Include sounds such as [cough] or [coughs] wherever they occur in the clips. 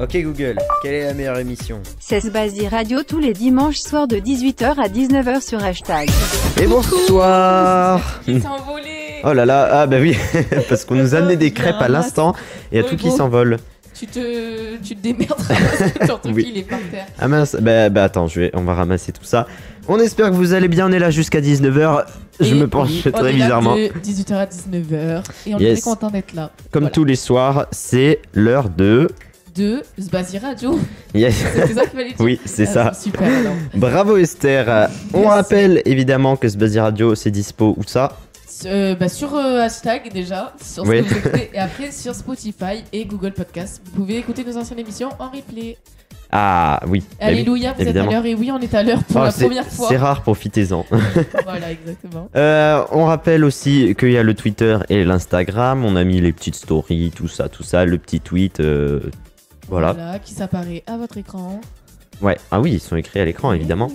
Ok Google, quelle est la meilleure émission C'est Sbazi Radio tous les dimanches soirs de 18h à 19h sur hashtag. Et bonsoir Il s'est envolé. Oh là là, ah bah oui, [laughs] parce qu'on nous amenait des crêpes à l'instant et à tout qui s'envole. Tu te, tu te démerdes [laughs] parce que ton truc Oui. il est par terre. Ah mince, bah, bah attends, je vais, on va ramasser tout ça. On espère que vous allez bien, on est là jusqu'à 19h. Je Et me penche oui, on très est là bizarrement. De 18h à 19h. Et on Yes. est très content d'être là. Comme Voilà. tous les soirs, c'est l'heure de... De [laughs] Sbazi Radio. Yes. C'est ça qu'il fallait dire. Oui, c'est Ah, [laughs] ça. Super alors. Bravo Esther. On Merci. rappelle évidemment que Sbazi Radio, c'est dispo où ça Euh, bah, sur euh, hashtag déjà, sur ce Oui. que vous écoutez, et après sur Spotify et Google Podcast. Vous pouvez écouter nos anciennes émissions en replay. Ah oui. bah oui. Alléluia, vous évidemment. êtes à l'heure. Et oui, on est à l'heure pour Oh, la c'est première fois. c'est rare, profitez-en. Voilà, exactement. Euh, on rappelle aussi qu'il y a le Twitter et l'Instagram. On a mis les petites stories, tout ça, tout ça, le petit tweet. euh, voilà. qui s'apparaît à votre écran. Ouais. Ah oui, ils sont écrits à l'écran, évidemment.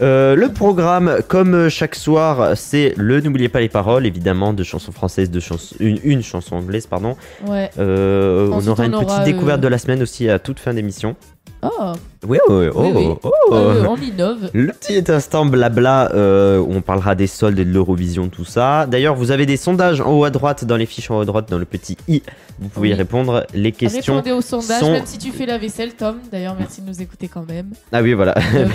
Euh, le programme, comme euh, chaque soir, c'est le N'oubliez pas les paroles, évidemment, de chansons françaises, de chansons, une, une chanson anglaise, pardon. Ouais. Euh, on Ensuite, aura on une petite aura, euh, découverte de la semaine aussi à toute fin d'émission. Oh, Ouais, ouais, oh, Oui, oui. oh. euh, on innove. Le petit instant blabla euh, où on parlera des soldes et de l'Eurovision, tout ça. D'ailleurs, vous avez des sondages en haut à droite, dans les fiches en haut à droite, dans le petit i. Vous pouvez y Oui. répondre. Les questions. Répondez au sondage, sont- même si tu fais la vaisselle, Tom. D'ailleurs, merci de nous écouter quand [laughs] même. Ah oui, voilà. Euh,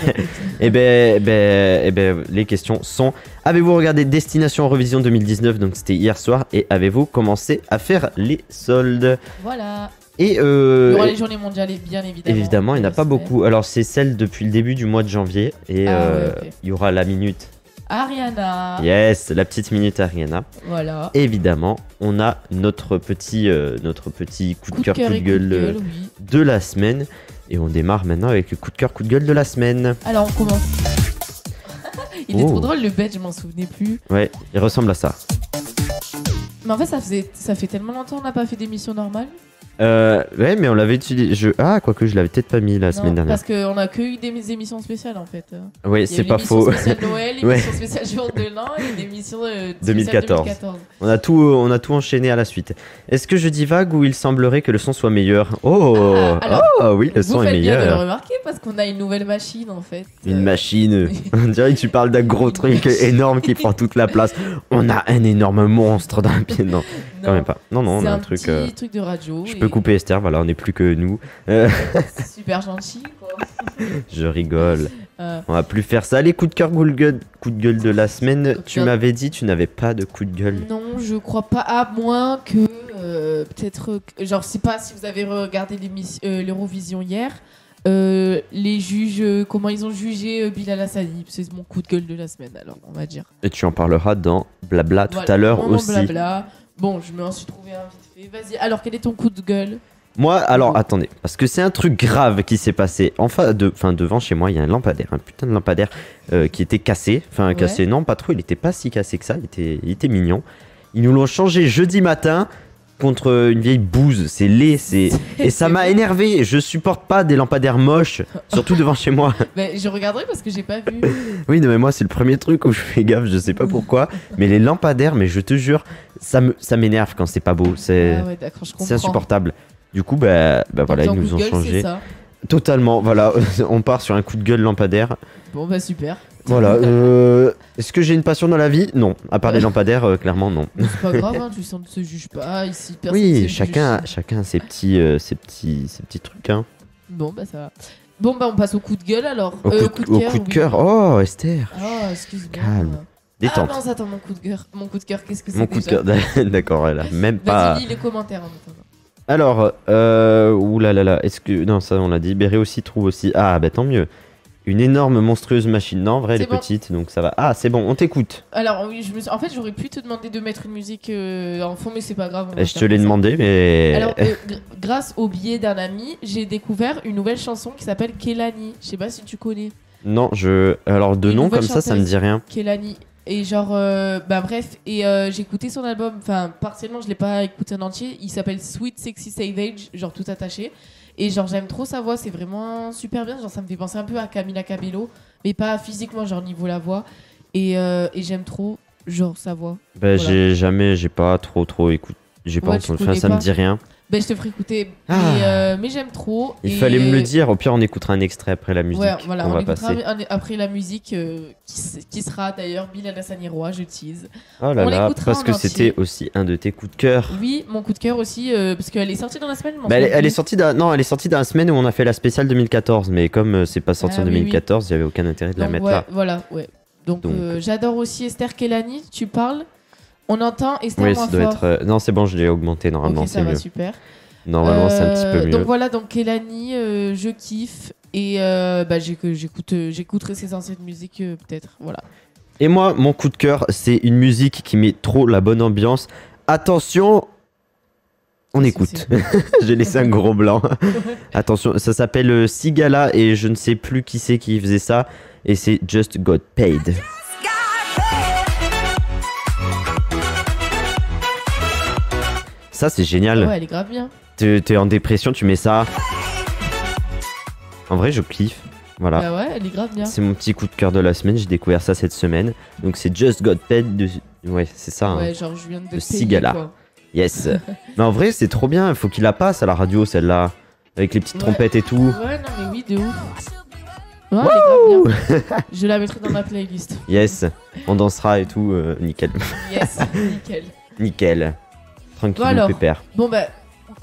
et ben, eh ben, eh ben, les questions sont Avez-vous regardé Destination Eurovision 2019 Donc, c'était hier soir. Et avez-vous commencé à faire les soldes voilà. Et. Il y Euh, aura et- les journées mondiales, et bien évidemment. Évidemment, il n'y en a pas beaucoup. Alors, c'est celle depuis le début du mois de janvier. Et Ah, euh, ouais, ok. Ah. il y aura la minute. Ariana. Yes, la petite minute Ariana. Voilà. évidemment, on a notre petit, euh, notre petit coup, de cœur, coup de et gueule euh, oui. de la semaine. Et on démarre maintenant avec le coup de cœur, coup de gueule de la semaine. Alors, on [laughs] commence. il est Oh. trop drôle, le bête, je m'en souvenais plus. Ouais, il ressemble à ça. Mais en fait, ça, faisait... ça fait tellement longtemps qu'on n'a pas fait d'émission normale. Euh, ouais, mais on l'avait utilisé. Je... Ah, quoique je l'avais peut-être pas mis la Non, semaine dernière. Parce qu'on a que eu des émissions spéciales en fait. Ouais, Il y a c'est eu pas l'émission faux. spéciale Noël, l'émission Ouais. spéciale Jour de l'An et l'émission euh, spéciale 2014. 2014. [laughs] On a, tout, euh, on a tout enchaîné à la suite. Est-ce que je divague ou il semblerait que le son soit meilleur Oh Ah, alors, Oh, oui, le Vous son est faites bien de le meilleur. remarquer parce qu'on a une nouvelle machine en fait. Une Euh, [laughs] machine. on dirait que tu parles d'un gros Une truc machine. énorme qui prend toute la place. On a un énorme monstre dans la pied. Non, non, quand même pas. Non, non, on Euh, c'est a un truc. petit euh, truc de radio. Je et peux couper Esther, voilà, on n'est plus que nous. [laughs] C'est super gentil quoi. Je rigole. Euh, On va plus faire ça. Les coups de cœur, coup de gueule, coup de gueule de la semaine. Coup de Tu cœur. Mm. m'avais dit, tu n'avais pas de coup de gueule. non, je crois pas à moins que euh, peut-être euh, que- genre je sais pas si vous avez regardé l'émission- euh, l'Eurovision hier. euh, les juges, euh, comment ils ont jugé euh, Bilal Hassani, c'est mon coup de gueule de la semaine, alors on va dire. Et tu en parleras dans Blabla tout Voilà, à l'heure vraiment aussi. blabla. Bon, je me suis trouvé un vite fait. Vas-y, alors quel est ton coup de [laughs] gueule Moi, alors attendez, parce que c'est un truc grave qui s'est passé. Enfin, de, enfin, devant chez moi, il y a un lampadaire, un putain de lampadaire euh, qui était cassé. Enfin, Ouais. cassé, non, pas trop. Il était pas si cassé que ça. Il était, il était mignon. Ils nous l'ont changé jeudi matin contre une vieille bouse. C'est laid, c'est et ça m'a énervé. Je supporte pas des lampadaires moches, surtout devant chez moi. [laughs] Ben, je regarderai parce que j'ai pas vu. Oui, non, mais moi, c'est le premier truc où je fais gaffe. Je sais pas pourquoi, mais les lampadaires, mais je te jure, ça me, ça m'énerve quand c'est pas beau. C'est, Ah ouais, d'accord, je comprends. c'est insupportable. Du coup, bah, bah voilà, ils Donc, nous ont Google, c'est changé. ça. Totalement, voilà, [laughs] on part sur un coup de gueule lampadaire. Bon, bah super. Voilà, euh, est-ce que j'ai une passion dans la vie Non, à part les lampadaires, euh, clairement non. C'est pas grave, hein, tu sens ne se juge pas ici. personne ne se Oui, juge. chacun, a- chacun a ses petits, euh, ses petits, ses petits trucs. Hein. Bon, bah ça va. Bon, bah on passe au coup de gueule alors. Au, Euh, coup, de- au coup de oui. cœur, oh Esther, Ah, excuse-moi. Calme. détente. Ah non, attends, mon coup de cœur. Mon coup de cœur, qu'est-ce que c'est Mon coup de déjà cœur, [laughs] d'accord, elle a même pas. Vas-y, lis les commentaires en attendant. Alors, euh, oulala, là là, est-ce que non ça on l'a dit, Béré aussi trouve aussi. Ah bah tant mieux. Une énorme monstrueuse machine, non, en vrai elle C'est est bon. petite, donc ça va. Ah c'est bon, on t'écoute. Alors, oui, je me suis- en fait, j'aurais pu te demander de mettre une musique euh, en fond, mais c'est pas grave. on va Eh, Je te faire l'ai comme ça. demandé, mais Alors, euh, gr- grâce au biais d'un ami, j'ai découvert une nouvelle chanson qui s'appelle Kelani. Je sais pas si tu connais non je. Alors de une nom nouvelle comme ça, ça me chanteuse. dit rien. Kelani. Et genre, euh, bah bref, et euh, j'ai écouté son album, enfin partiellement, je l'ai pas écouté en entier. Il s'appelle Sweet Sexy Savage, genre tout attaché. Et genre, j'aime trop sa voix, c'est vraiment super bien. Genre, ça me fait penser un peu à Camila Cabello, mais pas physiquement, genre niveau la voix. Et, euh, et j'aime trop, genre, sa voix. Bah, Voilà. j'ai jamais, j'ai pas trop trop écouté. J'ai pas Ouais, tu entendu, connais enfin, ça me pas. dit rien. Ben, je te ferai écouter. Ah. Mais, euh, mais j'aime trop. Il Et- fallait me le dire. Au pire, on écoutera un extrait après la musique. Ouais, voilà, on, on, va écoutera passer. un- un- après la musique euh, qui, s- qui sera d'ailleurs Bill Alassani Roy, je tease. Oh là on là, l'écoutera parce en que entier. c'était aussi un de tes coups de cœur. Oui, mon coup de cœur aussi, euh, parce qu'elle est sortie dans la semaine. je m'en Bah, elle, est- souviens elle est plus. sortie d'un- non, elle est sortie d'un semaine où on a fait la spéciale 2014, mais comme euh, c'est pas sorti Ah, en oui, oui. 2014, il y avait aucun intérêt de la Donc, mettre ouais, là. Voilà, ouais. Donc, Donc. euh, j'adore aussi Esther Kellani, tu parles. On entend Esther Oui, moins ça doit fort. être. euh, Non, c'est bon, je l'ai augmenté Ok, normalement, ça c'est va, mieux. super. Normalement, c'est un Euh, petit peu mieux. Donc voilà, donc Kellani, euh, je kiffe. Et euh, bah, j'ai- que j'écoute, euh, j'écouterai ses anciennes musiques euh, peut-être. Voilà. Et moi, mon coup de cœur, c'est une musique qui met trop la bonne ambiance. Attention, on C'est- écoute. [laughs] J'ai laissé un gros blanc. Attention, ça s'appelle euh, Sigala et je ne sais plus qui c'est qui faisait ça. Et c'est Just Got Paid. Ça, c'est génial. Ouais, elle est grave bien. T'es t'es en dépression, tu mets ça. En vrai, je kiffe. Voilà. Bah ouais, elle est grave bien. C'est mon petit coup de cœur de la semaine, j'ai découvert ça cette semaine. Donc c'est Just Got Paid de... Ouais, c'est ça. hein. Ouais, genre je viens de, payer, Sigala. quoi. [laughs] Yes. mais en vrai, c'est trop bien, il faut qu'il la passe à la radio celle-là. Avec les petites Ouais. trompettes et tout. Ouais, non mais oui, de ouf. Ouais, elle est grave [laughs] bien. je la mettrai dans ma playlist. Yes. On dansera et tout. euh, nickel. [laughs] Yes, [laughs] nickel. nickel. Tranquille, Bon alors. pépère. Bon bah,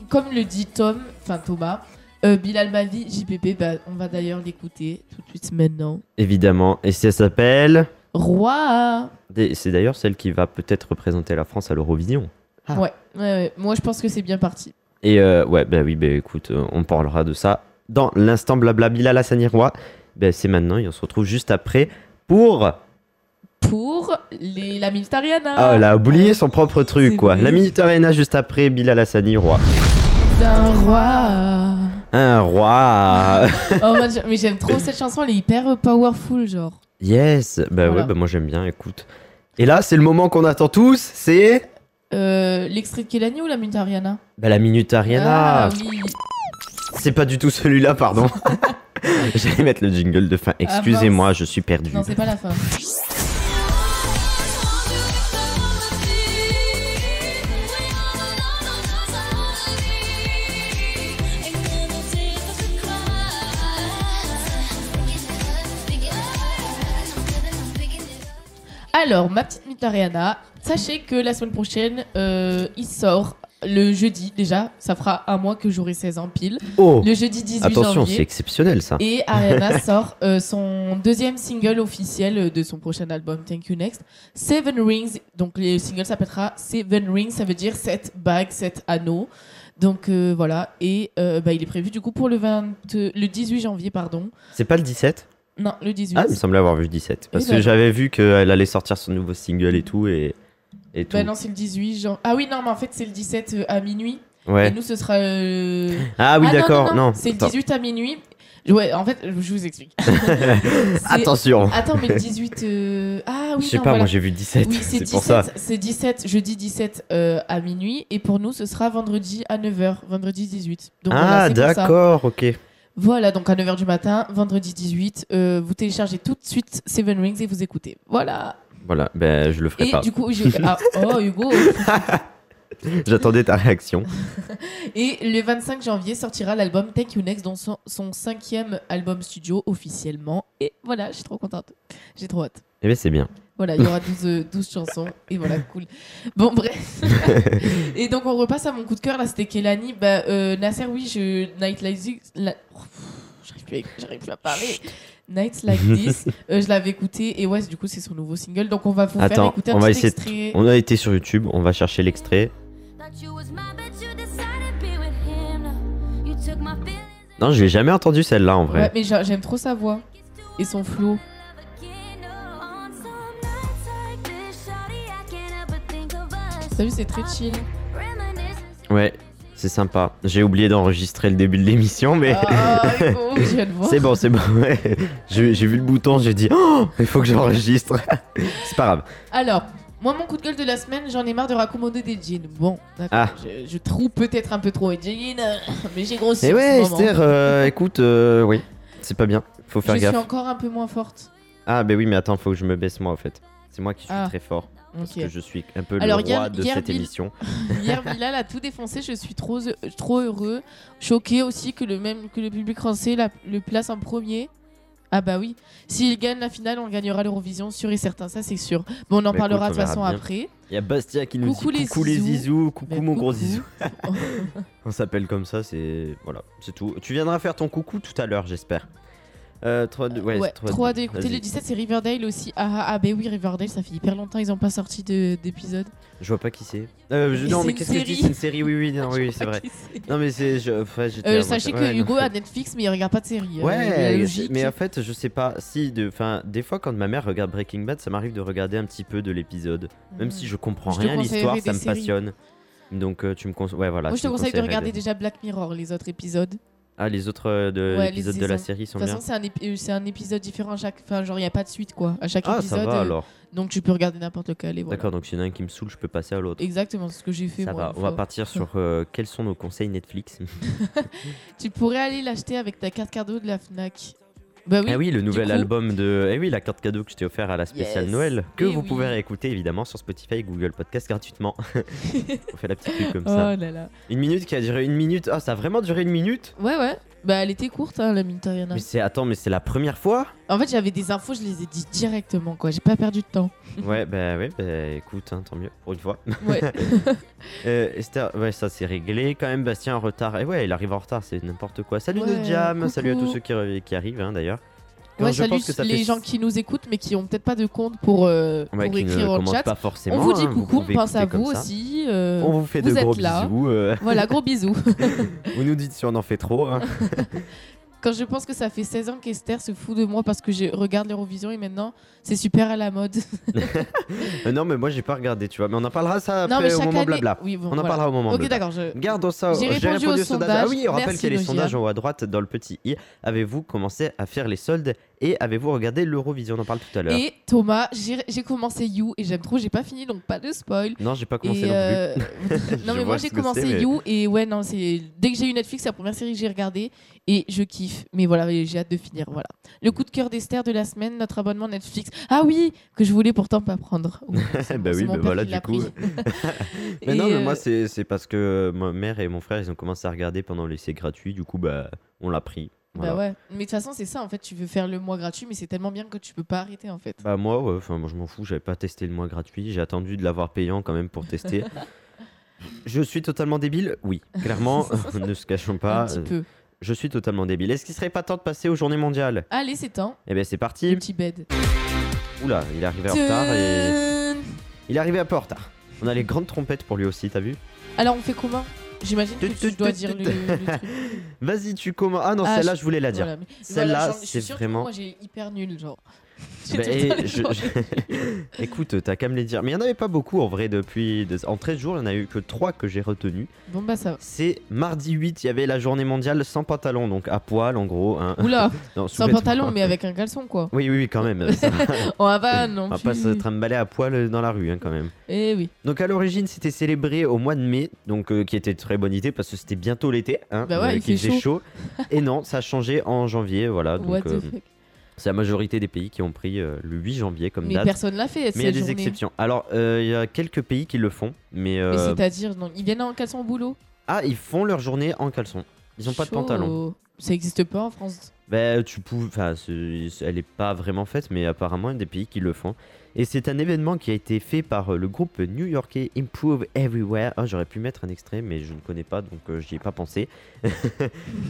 comme le dit Tom, enfin Thomas, euh, Bilal Mavi, JPP, bah, on va d'ailleurs l'écouter tout de suite maintenant. Évidemment. Et ça s'appelle... Roi Des- C'est d'ailleurs celle qui va peut-être représenter la France à l'Eurovision. Ah. ouais, ouais, ouais, moi je pense que c'est bien parti. Et euh, ouais, bah oui, bah écoute, euh, on parlera de ça dans l'instant blabla Bilal Hassani Roy. Bah, c'est maintenant et on se retrouve juste après pour... Pour les, la hein. Militariana Ah, elle a oublié son propre C'est truc, quoi. vrai. La Méditerranée juste après Bilal Hassani Roy. D'un roi Un roi [laughs] Oh, moi, j'a- Mais j'aime trop cette chanson, elle est hyper euh, powerful, genre. Yes Bah Voilà. ouais, bah moi j'aime bien, écoute. Et là, c'est le moment qu'on attend tous, c'est... Euh, L'extrait de Kelani ou la Militariana Bah la Minute Ariana Ah oui C'est pas du tout celui-là, pardon. [laughs] J'allais mettre le jingle de fin. Excusez-moi, je suis perdu. Ah, Non, c'est pas la fin. Alors, ma petite Mitariana, sachez que la semaine prochaine, euh, il sort le jeudi déjà. Ça fera un mois que j'aurai 16 ans pile. Oh Le jeudi 18 Attention, c'est janvier. exceptionnel ça. Et Ariana sort euh, son deuxième single officiel euh, de son prochain album Thank You Next, Seven Rings. Donc le single s'appellera Seven Rings, ça veut dire 7 bagues, 7 anneaux. Donc euh, voilà, et euh, bah, il est prévu du coup pour le, 20, le 18 janvier, pardon. C'est pas le 17 Non, le 18. Ah, il me semblait avoir vu 17. Parce Eh ben. que j'avais vu qu'elle allait sortir son nouveau single et tout, et, et tout. Bah non, c'est le 18 janvier. Ah oui, non, mais en fait c'est le 17 euh, à minuit. Et ouais. nous, ce sera. euh, Ah oui, non, d'accord, non. C'est le Attends. 18 à minuit. Ouais, en fait, je vous explique. [laughs] C'est- Attention Attends, mais le 18. euh, Ah oui, Je sais non, pas, voilà. moi j'ai vu 17, Oui, [laughs] c'est c'est pour ça. 17, c'est 17, jeudi 17 euh, à minuit. Et pour nous, ce sera vendredi à 9h, vendredi 18. Donc, voilà, ah c'est pour ça. d'accord, ok. Voilà, donc à 9h du matin, vendredi 18, euh, vous téléchargez tout de suite Seven Rings et vous écoutez. Voilà. Voilà, ben je le ferai Et pas. du coup, j'ai. Ah, [laughs] oh, Hugo. J'attendais ta [laughs] réaction. Et le 25 janvier sortira l'album Thank You Next, dont son, son cinquième album studio officiellement. Et voilà, je suis trop contente. J'ai trop hâte. Eh bien c'est bien. Voilà, il y aura 12, euh, 12 chansons. [laughs] Et voilà, cool. Bon, bref. [laughs] et donc, on repasse à mon coup de cœur. Là, c'était Kelani. Bah, euh, Nasser, oui, je. Night Like This. la- Oh, J'arrive plus, à- j'arrive plus à parler. Night Like [laughs] This. euh, je l'avais écouté. Et ouais, du coup, c'est son nouveau single. Donc, on va vous faire Attends, écouter un on va petit essayer de- extrait. On a été sur YouTube, on va chercher l'extrait. Non, je l'ai jamais entendu celle-là en Ouais, vrai. mais j'a- j'aime trop sa voix et son flow. T'as vu, c'est très [laughs] chill. Ouais, c'est sympa. J'ai oublié d'enregistrer le début de l'émission, mais Ah, Hugo, je viens de voir. [laughs] c'est bon, c'est bon. [laughs] ouais. J'ai j'ai vu le bouton, j'ai dit oh, il faut que j'enregistre. [laughs] c'est pas grave. Alors, moi, mon coup de gueule de la semaine, j'en ai marre de raccommoder des jeans. Bon, d'accord. Ah. Je, je trouve peut-être un peu trop les jeans, [laughs] euh, mais j'ai grossi. Et en Eh ouais, ce moment. Esther, euh, écoute, euh, oui, c'est pas bien. Faut Je faire suis gaffe. ben encore un peu moins forte. Ah, bah oui, mais attends, faut que je me baisse moi en fait. C'est moi qui suis Ah. très fort. parce Ok. que je suis un peu le Alors, roi Yer- de cette Yerbil- émission. [laughs] Hier, Bilal a tout défoncé. Je suis trop, trop heureux. Choqué aussi que le, même, que le public français la- le place en premier. Ah bah oui. S'il gagne la finale, on gagnera l'Eurovision, sûr et certain. Ça, c'est sûr. Bon, on en Bah parlera de écoute, toute on façon verra bien. après. Il y a Bastia qui nous Coucou dit les coucou les zizous. zizou, coucou Mais mon gros coucou. zizou. On s'appelle comme ça, c'est voilà, c'est tout. Tu viendras faire ton coucou tout à l'heure, j'espère. Euh, 3D, ouais, Ouais, 3D, 3D. Écoutez, vas-y. le 17, c'est Riverdale aussi. Ah, ah, ah, bah oui, Riverdale, ça fait hyper longtemps. Ils n'ont pas sorti de- d'épisode. Je vois pas qui c'est. Euh, je- Et non, c'est mais une qu'est-ce que je dis série. C'est une série, oui, oui, non, Ah oui, c'est vrai. Non, mais c'est. je- enfin, j'étais Euh, à sachez moitié- que ouais, Hugo non. a Netflix, mais il regarde pas de série. euh, Ouais, mais euh, en fait, je sais pas si. de- Enfin, des fois, quand ma mère regarde Breaking Bad, ça m'arrive de regarder un petit peu de l'épisode. Même si je comprends Je te rien à l'histoire, conseillerais ça des me séries. passionne. Donc, euh, tu me conseilles. Ouais, voilà. tu Moi, je te me conseille de conseillerais regarder des- déjà Black Mirror, les autres épisodes. De Ah, les autres euh, de Ouais, les l'épisode de la saisons. série sont toute façon, bien. c'est un, épi- euh, c'est un épisode différent à chaque. Enfin, genre, il n'y a pas de suite, quoi, à chaque Ah, épisode. ça va euh, alors. Donc, tu peux regarder n'importe lequel. et voilà. D'accord, donc s'il y en a un qui me saoule, je peux passer à l'autre. Exactement, c'est ce que j'ai fait. Ça moi, va, une on va fois. partir sur [laughs] euh, quels sont nos conseils Netflix. Tu pourrais aller l'acheter avec ta carte cadeau de la Fnac. Bah oui. ah oui, le nouvel coup- album de. Eh oui, la carte cadeau que je t'ai offert à la spéciale Yes. Noël, que Eh vous oui. pouvez réécouter évidemment sur Spotify et Google Podcast gratuitement. [laughs] on fait la petite pub comme Oh ça. là là. Une minute qui a duré une minute. Ah, ça a vraiment duré une minute Ouais, ouais. Bah, elle était courte, hein, la Minute Ariana. Mais c'est. Attends, mais c'est la première fois En fait, j'avais des infos, je les ai dit directement, quoi. J'ai pas perdu de temps. Ouais, [laughs] bah ouais, bah écoute, hein, tant mieux, pour une fois. Ouais. [laughs] Euh, Esther, ouais, ça c'est réglé. Quand même, Bastien en retard. Et ouais, il arrive en retard, c'est n'importe quoi. Salut Ouais, de Jam, salut à tous coucou. ceux qui, re- qui arrivent hein, d'ailleurs. Quand ouais, je salut pense que ça les fait gens qui nous écoutent, mais qui ont peut-être pas de compte pour, euh, Ouais, pour qui ne écrire au commentent chat. pas forcément. On vous dit hein, coucou, on pouvez pense à écouter vous comme ça. aussi. euh, On vous fait de vous êtes gros là. bisous. euh, Voilà, gros bisous. [laughs] vous nous dites si on en fait trop. hein. Quand je pense que ça fait 16 ans qu'Esther se fout de moi parce que je regarde l'Eurovision et maintenant c'est super à la mode. Euh, non, mais moi j'ai pas regardé, tu vois. Mais on en parlera ça après non, mais au chaque moment année. blabla. Oui, bon, On en voilà. parlera au moment Ok, blabla. d'accord. je- Gardons ça. J'ai répondu au sondage. Ah oui, on rappelle Merci, qu'il y a les Nogia. sondages en haut à droite dans le petit i. Avez-vous commencé à faire les soldes et avez-vous regardé l'Eurovision On en parle tout à l'heure. Et Thomas, j'ai j'ai commencé You et j'aime trop, j'ai pas fini donc pas de spoil. Non, j'ai pas commencé et non plus. [laughs] euh, non Je mais vois moi ce j'ai que commencé c'est, mais- You et ouais non c'est dès que j'ai eu Netflix c'est la première série que j'ai regardée et je kiffe mais voilà et j'ai hâte de finir voilà le coup de cœur d'Esther de la semaine notre abonnement Netflix ah oui que je voulais pourtant pas prendre Oui, c'est [laughs] Bah mon- oui, c'est mon bah père voilà, qui du l'a coup. pris. [laughs] Mais non, Et, mais euh, moi c'est c'est parce que euh, ma mère et mon frère ils ont commencé à regarder pendant l'essai gratuit. Du coup, bah on l'a pris. Voilà. Bah ouais, mais de toute façon, c'est ça en fait. Tu veux faire le mois gratuit, mais c'est tellement bien que tu peux pas arrêter en fait. Bah moi, ouais, enfin moi je m'en fous, j'avais pas testé le mois gratuit, j'ai attendu de l'avoir payant quand même pour [laughs] tester. je suis totalement débile Oui, [laughs] clairement, ne se cachons Un pas, petit euh, peu. je suis totalement débile. Est-ce qu'il serait pas temps de passer aux journées mondiales Allez, c'est temps. Eh ben c'est Le parti petit bed. Oula, il est arrivé en retard et... Tadam Il est arrivé un peu en retard. On a les grandes trompettes pour lui aussi, t'as vu Alors, on fait comment J'imagine que Tut, tu tut, dois tut, dire tut. le, le truc. Vas-y, tu commences... Ah non, Ah, celle-là, je- je voulais la dire. Voilà, mais- Celle-là, voilà, genre, je suis c'est sûre que vraiment- Moi, j'ai hyper nul, genre. [laughs] J'ai Bah, tout le et temps les je- gens- je- [laughs] Écoute, t'as qu'à me les dire. Mais il n'y en avait pas beaucoup en vrai depuis... En 13 jours, il n'y en a eu que 3 que j'ai retenues. Bon, [laughs] bah ça va. C'est mardi 8, il y avait la journée mondiale sans pantalon, donc à poil en gros. Hein. Oula, Non, sans sous-vêtements. pantalon, mais avec un caleçon, [laughs] quoi. Oui, oui, oui, quand [laughs] même. Ça, On va pas, non on va pas se trimballer à poil euh, dans la rue, hein, quand même. Eh oui. Donc à l'origine, c'était célébré au mois de mai, donc euh, qui était une très bonne idée parce que c'était bientôt l'été, hein, Bah ouais, il qu'il fait faisait chaud. Et non, ça a changé en janvier, voilà. What Donc the euh, fuck. c'est la majorité des pays qui ont pris euh, le 8 janvier comme Mais date. personne l'a fait. Mais il y a cette des journée. exceptions. Alors, euh, il y a quelques pays qui le font, mais, Mais euh, c'est-à-dire, non, ils viennent en caleçon au boulot. ah, ils font leur journée en caleçon. Ils ont pas de Chaud. euh, pantalon. Ça existe pas en France. Bah, tu peux. Enfin, c'est- c'est- elle est pas vraiment faite, mais apparemment, il y a des pays qui le font. Et c'est un événement qui a été fait par euh, le groupe new-yorkais Improve Everywhere. Ah, J'aurais pu mettre un extrait, mais je ne connais pas, donc euh, j'y ai pas pensé. [laughs]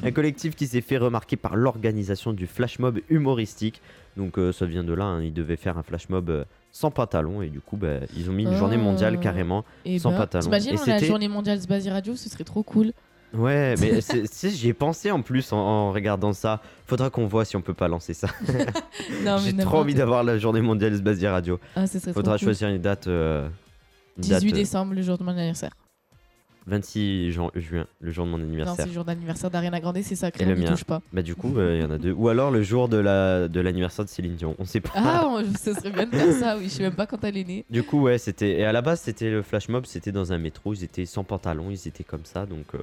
un collectif qui s'est fait remarquer par l'organisation du flash mob humoristique. Donc, euh, ça vient de là, hein, ils devaient faire un flash mob euh, sans pantalon, et du coup, bah, ils ont mis une journée mondiale Ah. carrément. Et Sans pantalon. T'imagines, Et on a la c'était- journée mondiale de Bazi Radio, ce serait [laughs] trop cool. Ouais, mais c'est- [laughs] tu sais, j'y ai pensé en plus en, en regardant ça. Faudra qu'on voit si on peut pas lancer ça. Non, J'ai mais trop envie n'importe- d'avoir la journée mondiale de Basie Radio. Ah, ce serait trop Faudra cool. choisir une date. euh, une 18 date, euh, décembre, le jour de mon anniversaire. 26 jan- juin, le jour de mon Non, c'est anniversaire. le jour d'anniversaire d'Ariana Grande, c'est sacré, Et le on n'y mien. touche [laughs] pas. bah du coup, euh, il y en a deux. Ou alors le jour de la de l'anniversaire de Céline Dion. On sait pas. Ah, on- ce serait bien de faire ça, oui. Je sais même pas quand elle est née. Du coup, ouais, c'était. Et à la base, c'était le flash mob. C'était dans un métro. Ils étaient sans pantalon. Ils étaient comme ça. Donc. euh,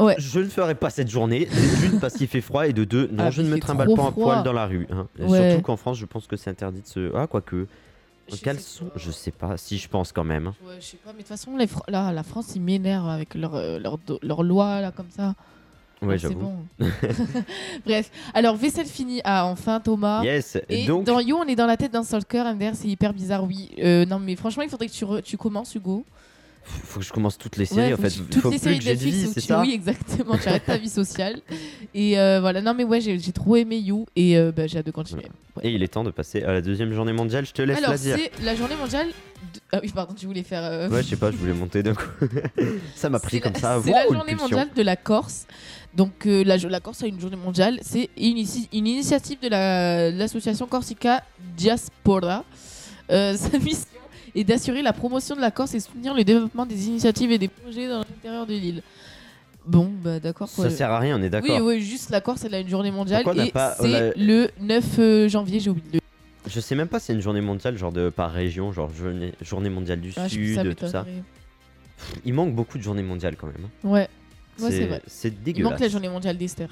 Ouais. Je ne ferai pas cette journée, d'une parce qu'il fait froid et de deux, non, Ah, je mais ne me il fait trimballe trop pas en froid. poil dans la rue. hein. Et Ouais. Surtout qu'en France, je pense que c'est interdit de se. Ah, quoique. Je sais caleçon, pas. je sais pas, si je pense quand même. hein. Ouais, je sais pas, mais de toute façon, les Fran- là, la France, ils m'énervent avec leur, euh, leur, do- leur loi, là, comme ça. Ouais, Donc, c'est j'avoue. [laughs] bon. [laughs] Bref, alors, vaisselle finie. Ah, enfin, Thomas. Yes, Et et donc dans You, on est dans la tête d'un stalker, MDR, c'est hyper bizarre, oui. Euh, non, mais franchement, il faudrait que tu, re- tu commences, Hugo. faut que je commence toutes les Ouais, séries en faut fait, que tu- toutes faut les plus séries que j'ai de Netflix vie, où c'est tu- ça Oui, exactement, tu arrêtes ta vie sociale. Et euh, voilà, non, mais ouais, j'ai j'ai trop aimé You et euh, bah, j'ai hâte de continuer. Ouais. Et il est temps de passer à la deuxième journée mondiale, je te laisse Alors, la dire. c'est la journée mondiale. de- Ah oui, pardon, tu voulais faire. euh, Ouais, je sais pas, je voulais monter d'un coup. [laughs] ça m'a pris C'est la- comme ça. C'est la Wouh, une journée pulsion. mondiale de la Corse. Donc euh, la, jo- la Corse a une journée mondiale. C'est une, inici- une initiative de la- l'association Corsica Diaspora. Euh, [laughs] sa mission est d'assurer la promotion de la Corse et soutenir le développement des initiatives et des projets dans l'intérieur de l'île. Bon, bah d'accord. quoi. Ça sert à rien, on est oui, d'accord. oui, juste la Corse, elle a une journée mondiale Pourquoi on n'a et pas- on c'est a- le 9 euh, janvier, j'ai oublié de le Je sais même pas si c'est une journée mondiale, genre de par région, genre journée, journée mondiale du Ah, je- Sud, tout ça. m'étonnerait. Il manque beaucoup de journées mondiales quand même. hein. Ouais, Ouais, c'est vrai. c'est Il manque dégueulasse. la journée mondiale d'Esther.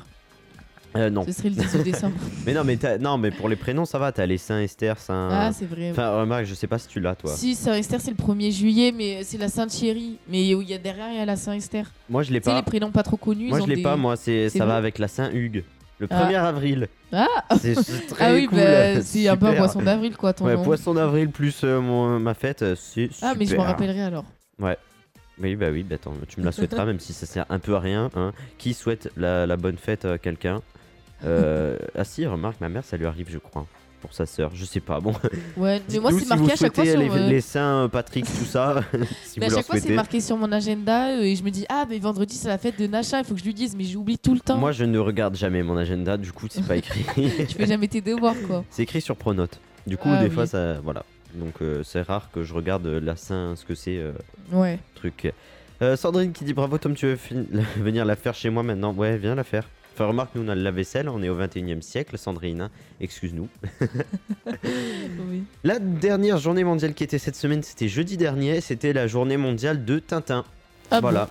Euh, non. Ce serait [laughs] le 18 décembre. Mais non, mais t'as- non, mais pour les prénoms, ça va. T'as les Saint Esther, Saint. Ah, c'est vrai. enfin, remarque, je sais pas si tu l'as, toi. Si, Saint-Esther, c'est le 1er juillet, mais c'est la Sainte-Chérie. Mais où il y a derrière, il y a la Saint-Esther. Moi, je l'ai Tu sais, les pas. prénoms pas trop connus. Moi, ils je ont l'ai des- pas. Moi, c'est C'est ça va bon avec la Saint Hugues. Le Ah. 1er avril. Ah. C'est c'est très Ah oui, cool. [laughs] bah, c'est un peu un Super. poisson d'avril, quoi, ton Ouais, nom. poisson d'avril plus euh, mon- ma fête, euh, c'est Ah, mais je m'en super. rappellerai alors. Oui, bah oui, bah attends, tu me la souhaiteras, même si ça sert un peu à rien. hein. Qui souhaite la, la bonne fête à quelqu'un [laughs] Euh, Ah si, remarque, ma mère, ça lui arrive, je crois, pour sa sœur. Je sais pas, bon. Ouais, mais [laughs] Dites-nous moi, c'est si marqué vous à chaque fois souhaitez sur. les, euh, les saints, Patrick, tout ça, [laughs] si mais à vous leur chaque fois, c'est souhaitez. marqué sur mon agenda euh, et je me dis, ah, mais vendredi, c'est la fête de Nacha, il faut que je lui dise, mais j'oublie tout le temps. Moi, je ne regarde jamais mon agenda, du coup, c'est pas [laughs] écrit. [laughs] Je fais jamais tes devoirs, quoi. c'est écrit sur Pronote. Du coup, Ah, des oui. fois, ça, voilà. Donc, euh, c'est rare que je regarde euh, la saint, ce que c'est. euh, Ouais. truc. Euh, Sandrine qui dit bravo Tom, tu veux fin- [laughs] venir la faire chez moi maintenant Ouais, viens la faire. Enfin, remarque, nous on a le lave-vaisselle, on est au 21 e siècle, Sandrine, hein. excuse-nous. Oui. La dernière journée mondiale qui était cette semaine, c'était jeudi dernier, c'était la journée mondiale de Tintin. Ah bon, voilà.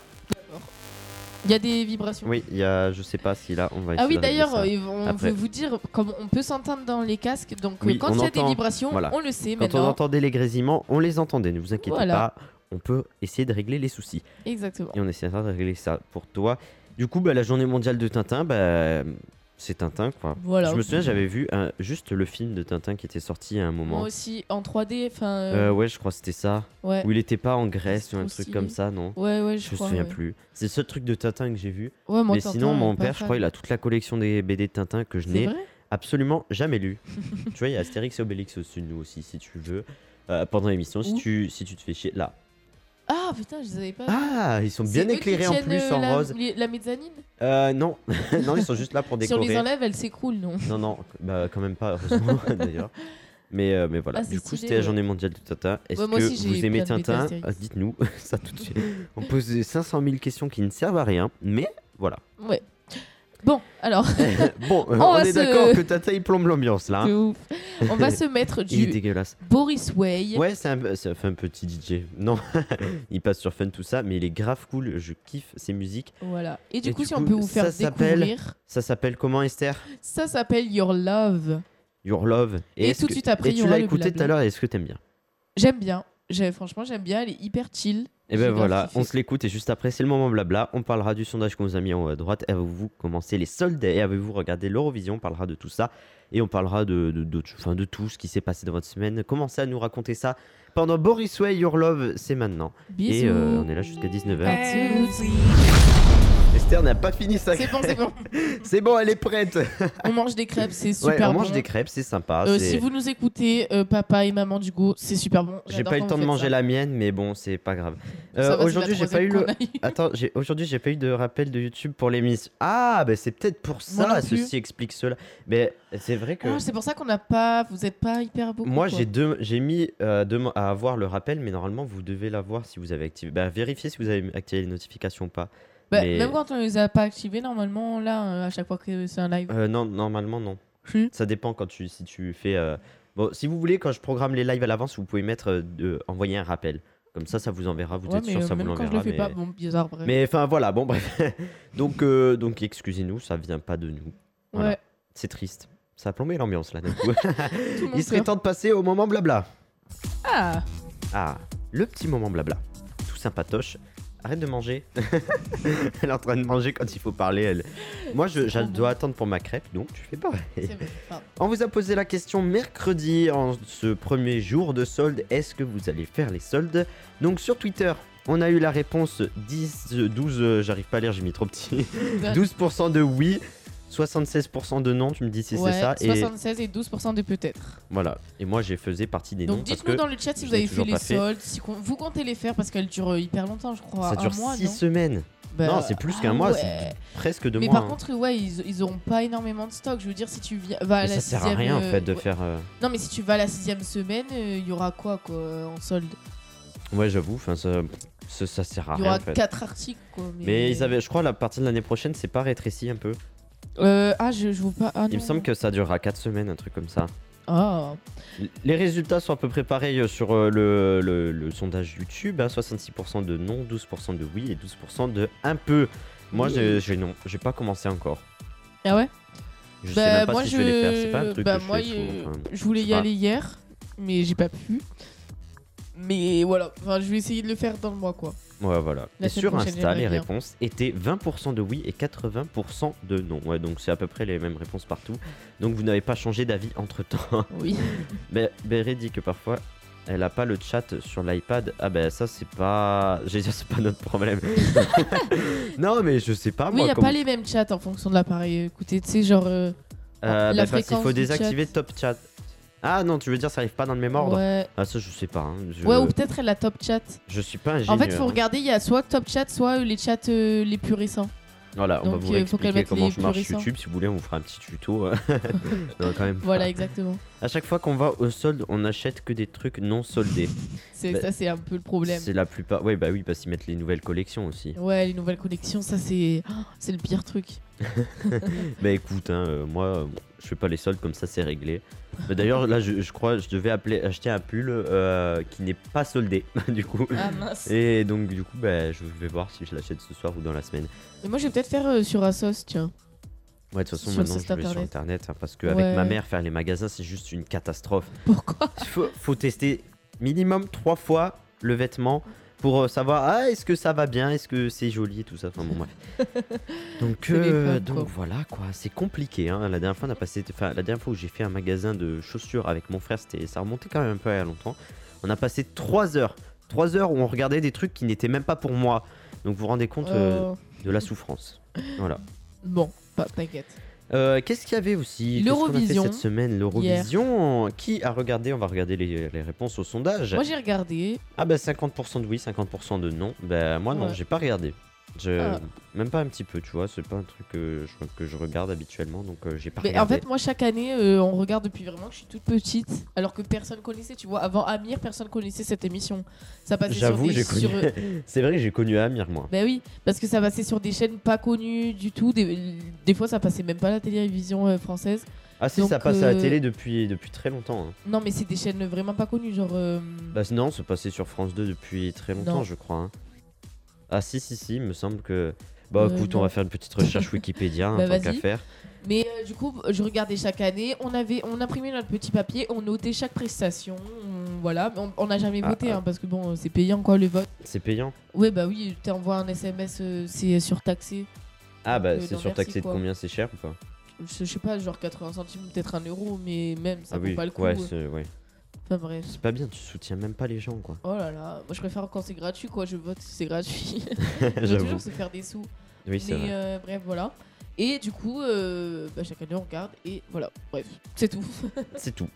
Il y a des vibrations. Oui, il y a, je sais pas si là on va Ah essayer oui, de régler d'ailleurs, ça. euh, on après. veut vous dire, comme on peut s'entendre dans les casques, donc euh, Oui, quand on il y a entend- des vibrations, voilà. on le sait Quand on maintenant. entendait les grésillements, on les entendait, ne vous inquiétez Voilà. pas, on peut essayer de régler les soucis. Exactement. Et on essaiera de régler ça pour toi. Du coup, bah, la journée mondiale de Tintin, bah, c'est Tintin quoi. Voilà. Je me souviens, j'avais vu un- juste le film de Tintin qui était sorti à un moment. Moi aussi, en 3D, enfin. Euh, euh, ouais, je crois que c'était ça. ouais. Où il était pas en Grèce C'est ou un trop truc stylé. comme ça, non ouais, ouais, je, Je me crois. souviens ouais. plus. C'est le seul truc de Tintin que j'ai vu. Ouais, moi, mais Tintin, sinon, mon pas père, je fan. crois, il a toute la collection des BD de Tintin que je C'est n'ai vrai absolument jamais [laughs] lu. tu vois, il y a Astérix et Obélix au-dessus de nous aussi, si tu veux. Euh, pendant l'émission, si Où tu, si tu te fais chier. Là. Ah putain, je les avais pas. Ah, ils sont C'est eux bien qui éclairés en tiennent, plus euh, en la, rose. les- La mezzanine Euh, non. [laughs] non, ils sont juste là [laughs] pour Si on les décorer. enlève, elle s'écroule, non Non, non, bah, quand même pas, [laughs] heureusement d'ailleurs. Mais, euh, mais voilà, Ah, c'est du coup, stylé, c'était la ouais. journée mondiale du Tintin. Est-ce Ouais, moi que aussi, j'ai vous aimez plein de bêta Tintin Astérix. Ah, Dites-nous [laughs] ça tout de [laughs] suite. On pose des 500 000 questions qui ne servent à rien, mais voilà. [laughs] Ouais. Bon, alors, bon, euh, On on, va est se- d'accord que Tintin il plombe l'ambiance là. hein. c'est ouf. On va se [laughs] mettre Il est du dégueulasse. Boris Way. Ouais, c'est un, peu- c'est un petit DJ. Non, [laughs] il passe sur Fun, tout ça, mais il est grave cool. Je kiffe ses musiques. Voilà. Et du Et coup, du si on coup, peut vous faire ça s'appelle- découvrir, Ça s'appelle comment, Esther ça s'appelle Your Love. Your Love. Et est-ce tout de que- suite après, et il y tu aura l'as le écouté tout blabla. à l'heure, et est-ce que t'aimes bien J'aime bien. J'ai- Franchement, j'aime bien. Elle est hyper chill. Et J'ai ben grave voilà, kiffé. on se l'écoute et juste après c'est le moment blabla. On parlera du sondage qu'on vous a mis en haut à droite. Avez-vous commencé les soldes et avez-vous regardé l'Eurovision On parlera de tout ça et on parlera de, de, de- enfin, de tout ce qui s'est passé dans votre semaine. Commencez à nous raconter ça pendant Boris Way Your Love, c'est maintenant. Bisous. Et euh, on est là jusqu'à 19h. Bisous. Esther n'a pas fini sa C'est bon, c'est bon. C'est bon, elle est [laughs] prête. On mange des crêpes, c'est super Ouais, on bon. mange des crêpes, c'est sympa. Euh, c'est- si vous nous écoutez, euh, papa et maman du go, c'est super bon. J'ai J'adore pas eu quand le temps vous de faites manger ça. la mienne, mais bon, c'est pas grave. Ça Euh, va, c'est la Aujourd'hui, j'ai pas eu troisième le. qu'on a eue. Attends, j'ai- aujourd'hui j'ai pas eu de rappel de YouTube pour l'émission. Ah, bah c'est peut-être pour Moi non ça, plus. ceci explique cela. Mais c'est vrai [laughs] que Ah, c'est pour ça qu'on n'a pas. Vous êtes pas hyper beaucoup. moi quoi. j'ai deux, j'ai mis euh, deux mois à avoir le rappel, mais normalement vous devez l'avoir si vous avez activé. Bah vérifiez si vous avez activé les notifications ou pas. Bah, mais- Même quand on les a pas activés, normalement, là, euh, à chaque fois que c'est un live. Euh, non, normalement non. Si. Ça dépend quand tu, si tu fais. euh, Bon, si vous voulez, quand je programme les lives à l'avance, vous pouvez mettre euh, de- envoyer un rappel. Comme ça, ça vous enverra. Vous Ouais, êtes mais sûr, euh, ça vous même quand l'enverra. je le fais mais- pas, bon, bizarre, bref. Mais enfin voilà, bon bref. [laughs] donc euh, donc excusez-nous, ça vient pas de nous. voilà. Ouais, [laughs] C'est triste. Ça a plombé l'ambiance là d'un coup. tout le monde Il serait pleure. temps de passer au moment blabla. Ah [laughs] Ah, le petit moment blabla. Tout sympatoche. Arrête de manger. [laughs] elle est en train de manger quand il faut parler, elle. Moi, je, je dois attendre pour ma crêpe, donc tu fais pareil. C'est vrai, pardon. On vous a posé la question mercredi, en ce premier jour de solde, est-ce que vous allez faire les soldes Donc sur Twitter, on a eu la réponse 10, euh, 12, euh, j'arrive pas à lire, j'ai mis trop petit. 12% de oui, 76% de non, tu me dis si Ouais, c'est ça. Et 76 et 12% de peut-être. voilà, et moi j'ai faisais partie des Donc non parce dites-nous que dans le chat si je vous avez l'ai fait toujours les pas fait. soldes, si con- vous comptez les faire parce qu'elles durent euh, hyper longtemps, je crois. ça dure un mois, 6 non semaines. Bah, non, c'est plus qu'un ah mois, ouais. c'est presque deux Mais mois. par hein. contre, ouais, ils, ils auront pas énormément de stock. Je veux dire, si tu viens. Bah, Mais ça sert à rien en fait de faire. euh, Non, mais si tu vas à la sixième semaine, euh, il y aura quoi, quoi, en solde Ouais, j'avoue, enfin, ça, ça, ça sert à Il y rien aura en fait. quatre articles, quoi. Mais, Mais ils avaient, je crois, la partie de l'année prochaine, c'est pas rétréci un peu. Euh, ah, je, je vois pas. Ah, Il me non. semble que ça durera 4 semaines, un truc comme ça. Ah. L- Les résultats sont à peu près pareils euh, sur euh, le, le- le sondage YouTube. hein, 66% de non, 12% de oui et 12% de un peu. Moi, j'ai j'ai non, j'ai pas commencé encore. Ah ouais Je sais Bah, même pas moi, si je. je vais les faire. C'est pas un truc bah, que je moi, fais euh, souvent, enfin. je voulais je y sais pas. aller hier, mais j'ai pas pu. Mais voilà, enfin, je vais essayer de le faire dans le mois, quoi. Ouais, voilà. La et semaine sur prochaine, Insta, les j'aimerais bien. réponses étaient 20% de oui et 80% de non. Ouais, donc c'est à peu près les mêmes réponses partout. Donc vous n'avez pas changé d'avis entre temps. [laughs] Oui. Mais Béré dit que parfois. Elle a pas le chat sur l'iPad. Ah ben ça c'est pas, j'ai dit c'est pas notre [laughs] problème. non mais je sais pas oui, Ah, moi. il a comment- pas les mêmes chats en fonction de l'appareil. Écoutez, tu sais, genre. euh, Euh, La bah, parce qu'il fréquence faut du désactiver top chat. Ah non tu veux dire ça arrive pas dans le même ordre. ouais. Ah ça je sais pas. hein. Je... Ouais, ou peut-être elle a top chat. je suis pas ingénieur. hein. En fait, faut regarder, il y a soit top chat, soit les chats euh, les plus récents. Voilà, on Donc, va vous euh, faut expliquer qu'elle mette comment les je plus marche récents. YouTube. Si vous voulez, on vous fera un petit tuto. [laughs] euh. [laughs] non, quand même. pas. Voilà, exactement. À chaque fois qu'on va au solde, on n'achète que des trucs non soldés. C'est Bah, ça, c'est un peu le problème. C'est la plupart. Oui, bah oui, parce qu'ils mettent les nouvelles collections aussi. Ouais, les nouvelles collections, ça c'est oh, c'est le pire truc. Bah écoute, hein, euh, moi, euh, bon, je fais pas les soldes comme ça, c'est réglé. Bah, D'ailleurs, là, je, je crois, je devais appeler- acheter un pull euh, qui n'est pas soldé, [laughs] du coup. Ah mince. Et donc, du coup, bah, je vais voir si je l'achète ce soir ou dans la semaine. Mais moi, je vais peut-être faire euh, sur Asos, tiens. [laughs] Ouais, de toute façon, Sur maintenant, le je vais site sur internet. internet hein, parce qu'avec Ouais. ma mère, faire les magasins, c'est juste une catastrophe. Pourquoi faut, faut tester minimum trois fois le vêtement pour euh, savoir ah, est-ce que ça va bien, est-ce que c'est joli et tout ça. Enfin bon bref. [laughs] Donc, C'est les euh, femmes, donc quoi. voilà quoi, c'est compliqué. hein. La dernière fois on a passé, enfin la dernière fois où j'ai fait un magasin de chaussures avec mon frère, c'était ça remontait quand même un peu à longtemps. On a passé trois heures, trois heures où on regardait des trucs qui n'étaient même pas pour moi. Donc vous vous rendez compte euh, Euh, de la souffrance. Voilà. Bon, pas t'inquiète. Euh, Qu'est-ce qu'il y avait aussi Qu'est-ce qu'on a fait L'Eurovision. cette semaine l'Eurovision. Qui a regardé On va regarder les, les réponses au sondage. Moi, j'ai regardé. Ah bah 50% de oui, 50% de non. Bah moi non, Ouais. j'ai pas regardé. Je... Ah. Même pas un petit peu, tu vois, c'est pas un truc que je, que je regarde habituellement, donc euh, j'ai pas Mais en regardé. fait, moi, chaque année, euh, on regarde depuis vraiment que je suis toute petite, alors que personne connaissait. Tu vois, avant Amir, personne connaissait cette émission. Ça passait sur J'avoue, des- j'ai connu. sur, euh, c'est vrai que j'ai connu Amir, moi. Ben oui, parce que ça passait sur des chaînes pas connues du tout. Des, des fois, ça passait même pas à la télévision euh, française. Ah si, Donc, ça passe à la euh, télé depuis, depuis très longtemps. hein. Non, mais c'est des chaînes vraiment pas connues, genre. euh, Bah non, c'est passé sur France 2 depuis très longtemps, Non. je crois. hein. Ah si, si, si, il me semble que... Bah Euh, écoute, on non. va faire une petite [laughs] recherche Wikipédia, hein, Bah, tant qu'à vas-y. faire. Mais euh, du coup, je regardais chaque année. On avait, on imprimait notre petit papier, on notait chaque prestation. on- voilà, on on n'a jamais Ah, voté hein, parce que bon, euh, c'est payant quoi le vote. C'est payant. Ouais, bah oui, t'envoies un SMS, euh, c'est surtaxé. Ah bah Donc, euh, c'est non, surtaxé merci, de quoi. combien c'est cher ou pas Je, je sais pas, genre 80 centimes, peut-être 1 euro, mais même ça Ah vaut oui, pas le coup. ouais, euh. c'est ouais. Enfin bref. C'est pas bien, tu soutiens même pas les gens, [laughs] quoi. [laughs] Oh là là, moi je préfère quand c'est gratuit quoi, je vote si [laughs] c'est gratuit. On peut J'avoue. toujours se faire des sous. Oui, c'est mais vrai. euh, bref, voilà. Et du coup, euh, bah, chaque année on regarde et voilà, bref, c'est tout. C'est tout.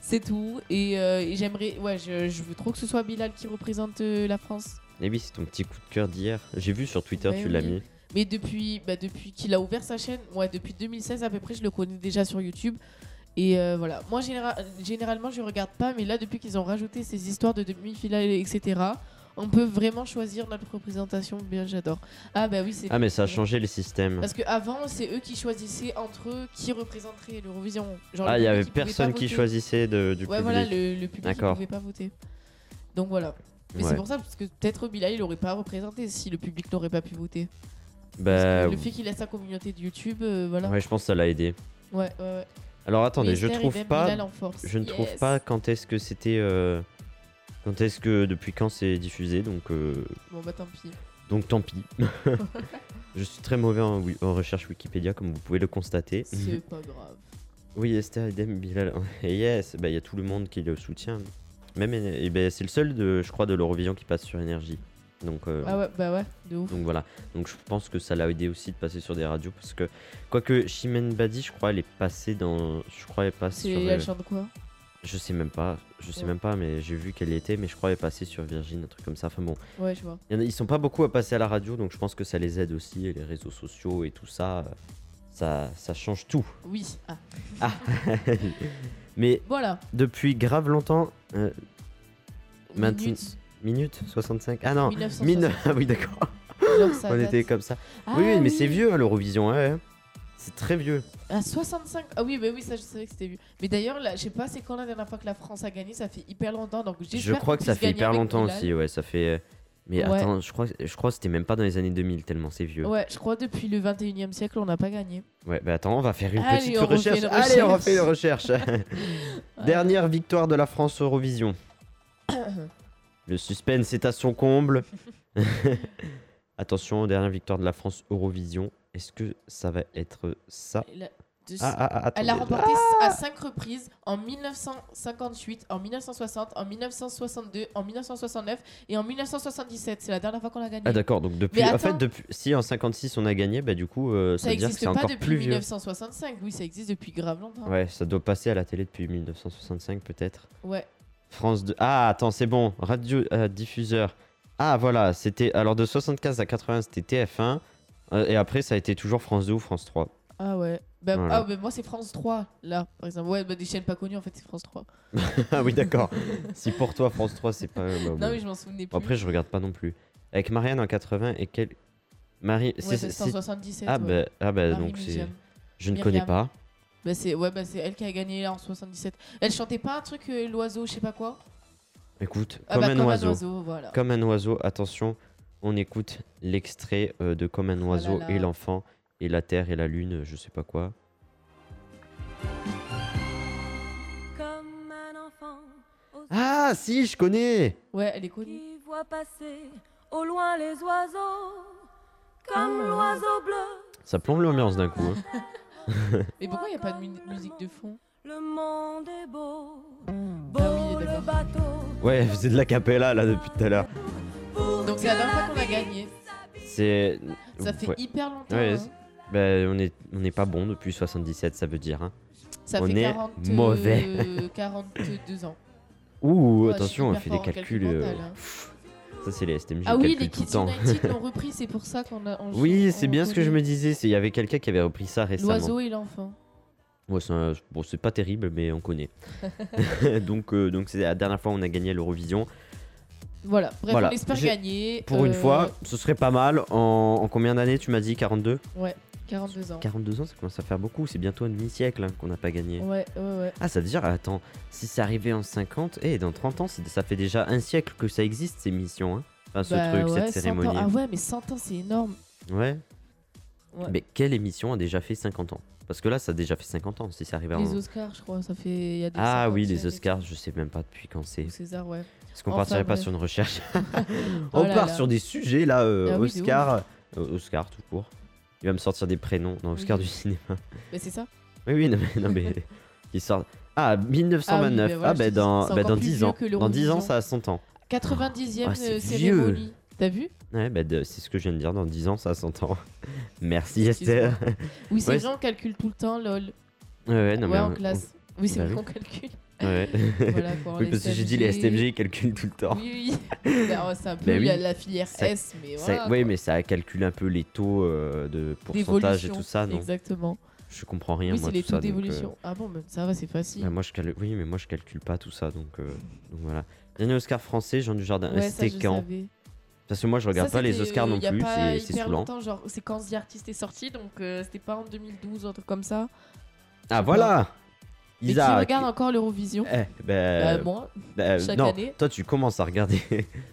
C'est tout. Et, euh, et j'aimerais. Ouais, je, je veux trop que ce soit Bilal qui représente euh, la France. Et Eh oui, c'est ton petit coup de cœur d'hier. J'ai vu sur Twitter, Ouais, tu l'as Eh oui. mis. Mais depuis, bah, depuis qu'il a ouvert sa chaîne, ouais, depuis 2016 à peu près, je le connais déjà sur YouTube. Et euh, voilà. Moi, généra- généralement, je regarde pas, mais là, depuis qu'ils ont rajouté ces histoires de demi-finale, etc., on peut vraiment choisir notre représentation. Bien, j'adore. Ah, bah oui, c'est. Ah, mais ça a changé les systèmes. Parce qu'avant, c'est eux qui choisissaient entre eux qui représenterait l'Eurovision. Genre, Ah, le il y public, avait pouvait pas personne qui voter. choisissait de, du Ouais, public. voilà, le, le public ne D'accord. pouvait pas voter. Donc voilà. Mais Ouais. c'est pour ça, parce que peut-être Bilal, il aurait pas représenté si le public n'aurait pas pu voter. Bah, Parce que le fait qu'il a sa communauté de YouTube, euh, voilà. Ouais, ouais, je pense que ça l'a aidé. ouais, ouais. Alors attendez, je Mister, il trouve aime pas. Bilal en force. Je ne trouve Yes. pas quand est-ce que c'était. euh, Quand est-ce que depuis quand c'est diffusé donc euh, Bon bah tant [laughs] pis. donc tant pis. Je suis très mauvais en, wi- en recherche Wikipédia comme vous pouvez le constater. C'est pas grave. Oui Esther Idem Bilal. Et yes, bah il y a tout le monde qui le soutient. Même et ben c'est le seul de je crois de l'Eurovision qui passe sur énergie. Donc euh, Ah ouais, bah ouais, de ouf. Donc voilà, donc je pense que ça l'a aidé aussi de passer sur des radios parce que quoique Chimène Badi, je crois elle est passée dans je crois elle passe C'est sur euh, elle chante quoi je sais même pas, je sais Ouais. même pas mais j'ai vu qu'elle y était mais je crois elle est passée sur Virgin un truc comme ça. Enfin bon, Ouais, je vois. il y en a- ils sont pas beaucoup à passer à la radio donc je pense que ça les aide aussi et les réseaux sociaux et tout ça euh, ça ça change tout. Oui. Ah. mais Voilà. depuis grave longtemps euh, Maintenant- Minute. minute 65. Ah non, 1960. mine Ah oui d'accord. [laughs] Genre, ça On date. était comme ça. Ah oui, oui, mais c'est vieux hein, l'Eurovision ouais, ouais. C'est très vieux. À 65. Ah oui, mais oui, ça je savais que c'était vieux. Mais d'ailleurs, là, je sais pas c'est quand la dernière fois que la France a gagné, ça fait hyper longtemps. Donc j'espère Je crois qu'on que ça puisse fait gagner hyper avec longtemps Bilal. aussi, ouais, ça fait. euh, Mais Ouais. attends, je crois, je crois que c'était même pas dans les années 2000 tellement c'est vieux. Ouais. Ouais, je crois depuis le 21 e siècle, on n'a pas gagné. bah attends, on va faire une Allez, petite on refait recherche. une Allez, on recherche. refait une [laughs] recherche. [laughs] Dernière victoire de la France Eurovision. [coughs] Le suspense est à son comble. [laughs] Attention, dernière victoire de la France Eurovision. Est-ce que ça va être ça Elle a- de- Ah ah ah, Elle l'a attendez. remporté à 5 reprises en 1958, en 1960, en 1962, en 1969 et en 1977. C'est la dernière fois qu'on l'a gagné. Ah d'accord, donc depuis. Mais En fait, attends. depuis, si en 56 on a gagné, bah du coup, euh, ça, ça veut dire que existe c'est pas encore depuis plus vieux. 1965. Oui, ça existe depuis grave longtemps. Ouais, ça doit passer à la télé depuis 1965 peut-être. Ouais. France 2. Ah, attends, c'est bon. Radio euh, diffuseur. Ah, voilà, c'était. Alors, de 75 à 80, c'était TF1. euh, et après, ça a été toujours France 2 ou France 3. Ah ouais. Bah, Voilà. ah, bah, moi, c'est France 3, là, par exemple. Ouais, bah, des chaînes pas connues, en fait, c'est France 3. [laughs] ah, oui, d'accord. si pour toi, France 3, c'est pas. bah, bon. Non, mais je m'en souvenais plus. Après, je regarde pas non plus. Avec Marianne en 80 et quel. Marie. ouais, c'est- c'est c'est- 177. Ah, ouais. bah, ah, bah Marie donc, c'est. Muzium. Je ne Myriam. connais pas. Bah, c'est ouais, bah, c'est elle qui a gagné là en 77. Elle chantait pas un truc, euh, l'oiseau, je sais pas quoi Écoute, Ah comme, bah, un, comme oiseau. un oiseau, voilà. Comme un oiseau, attention, on écoute l'extrait euh, de Comme un oiseau Oh là. et l'enfant et la terre et la lune, je sais pas quoi. Comme un enfant aux- Ah, si, je connais Ouais, elle est connue. qui voit passer au loin les oiseaux, comme Ah. l'oiseau bleu, Ça plombe l'ambiance d'un coup. hein. Mais pourquoi il n'y a pas de mu- musique de fond le monde est beau, beau Ah oui, le d'accord. bateau. Ouais, c'est de la capella là depuis tout à l'heure. Donc c'est la dernière fois qu'on a gagné. C'est. Ça fait Ouais. hyper longtemps. Ouais, hein. c'est- Bah, on est, on est pas bon depuis 77, ça veut dire. Hein. Ça on fait est 40, mauvais. 42 ans. Ouh, Ouais, attention, on Oh, je fait suis des hyper fort en calculs. calcul euh, mental, hein. pff, Ça, c'est les STMG. Ah qui oui, calculent les tout le Kids temps. [laughs] United l'ont repris, c'est pour ça qu'on a. on- Oui, on c'est bien ce que je me reconnaît. disais. c'est- Il y avait quelqu'un qui avait repris ça récemment. L'oiseau et l'enfant. Ouais, c'est un- bon, c'est pas terrible, mais on [laughs] connaît. [laughs] donc, euh, donc c'est la dernière fois où on a gagné l'Eurovision. Voilà, bref, Voilà. on espère J'ai- gagner. Pour une euh, fois, ce serait pas mal. En, en combien d'années tu m'as dit 42 42 ans. 42 ans, ça commence à faire beaucoup. C'est bientôt un demi-siècle hein, qu'on n'a pas gagné. Ouais, ouais, ouais. Ah, ça veut dire, attends, si c'est arrivé en 50, et dans 30 ans, c'est- ça fait déjà un siècle que ça existe, ces missions, hein. Enfin, ce Bah truc, ouais, 100 ans. cette cérémonie. Ah ouais, mais 100 ans, c'est énorme. Ouais. Ouais. Mais quelle émission a déjà fait 50 ans Parce que là, ça a déjà fait 50 ans, si c'est arrivé Les en... Oscars, je crois, ça fait. il Y a des Ah oui, les 50, Oscars, je sais même pas depuis quand c'est. Ou César, ouais. Est-ce qu'on Enfin, partirait pas bref. sur une recherche Oh On là part là. sur des sujets, là, euh, Ah oui, de Oscar... euh, Oscar, tout court. Il va me sortir des prénoms. Non, Oscar Oui. du cinéma. Mais c'est ça. Oui, oui, non, mais... Non, [laughs] mais... qui sort... Ah, 1929. Ah, Ah oui, ben voilà, je bah, te dis, dans, c'est bah, encore dans plus 10 vieux ans. que Dans 10 ans, l'Eurovision. ça a 100 ans. 90e Ah, c'est euh, vieux. cérémonie. T'as vu Ouais, bah de- c'est ce que je viens de dire, dans 10 ans, [laughs] ça s'entend. Merci Esther. Oui, ces Ouais, gens calculent tout le temps, lol. Ouais, ouais, non, ouais, mais en on- classe. Oui, c'est Bah vrai oui. [laughs] qu'on calcule. on- ouais. [laughs] Voilà, [laughs] pour oui, les parce que j'ai dit les STMG ils calculent tout le temps. Oui, [laughs] oui. Bah, ouais, c'est un peu Bah il y a oui. la filière Ça- S, mais Ça- voilà. ouais, mais ça calcule un peu les taux euh, de pourcentage et d'évolution tout ça, non Exactement. Je comprends rien, oui, moi, c'est tout les ça. taux donc, euh, d'évolution. Ah bon, bah, ça va, c'est facile. bah, moi, je cal- Oui, mais moi, je calcule pas tout ça, donc, euh, donc voilà. Dernier Oscar français, Jean Dujardin, ouais, ça, c'était je quand savais. Parce que moi, je regarde Ça, pas les c'était, Oscars euh, non il y a plus, pas c'est hyper c'est saoulant. longtemps, genre, c'est quand The Artist est sorti, donc euh, c'était pas en 2012, un truc comme ça. Ah, voilà Mais qui Isa regarde encore l'Eurovision eh, bah, Bah, moi, bah, chaque non, année. toi, tu commences à regarder.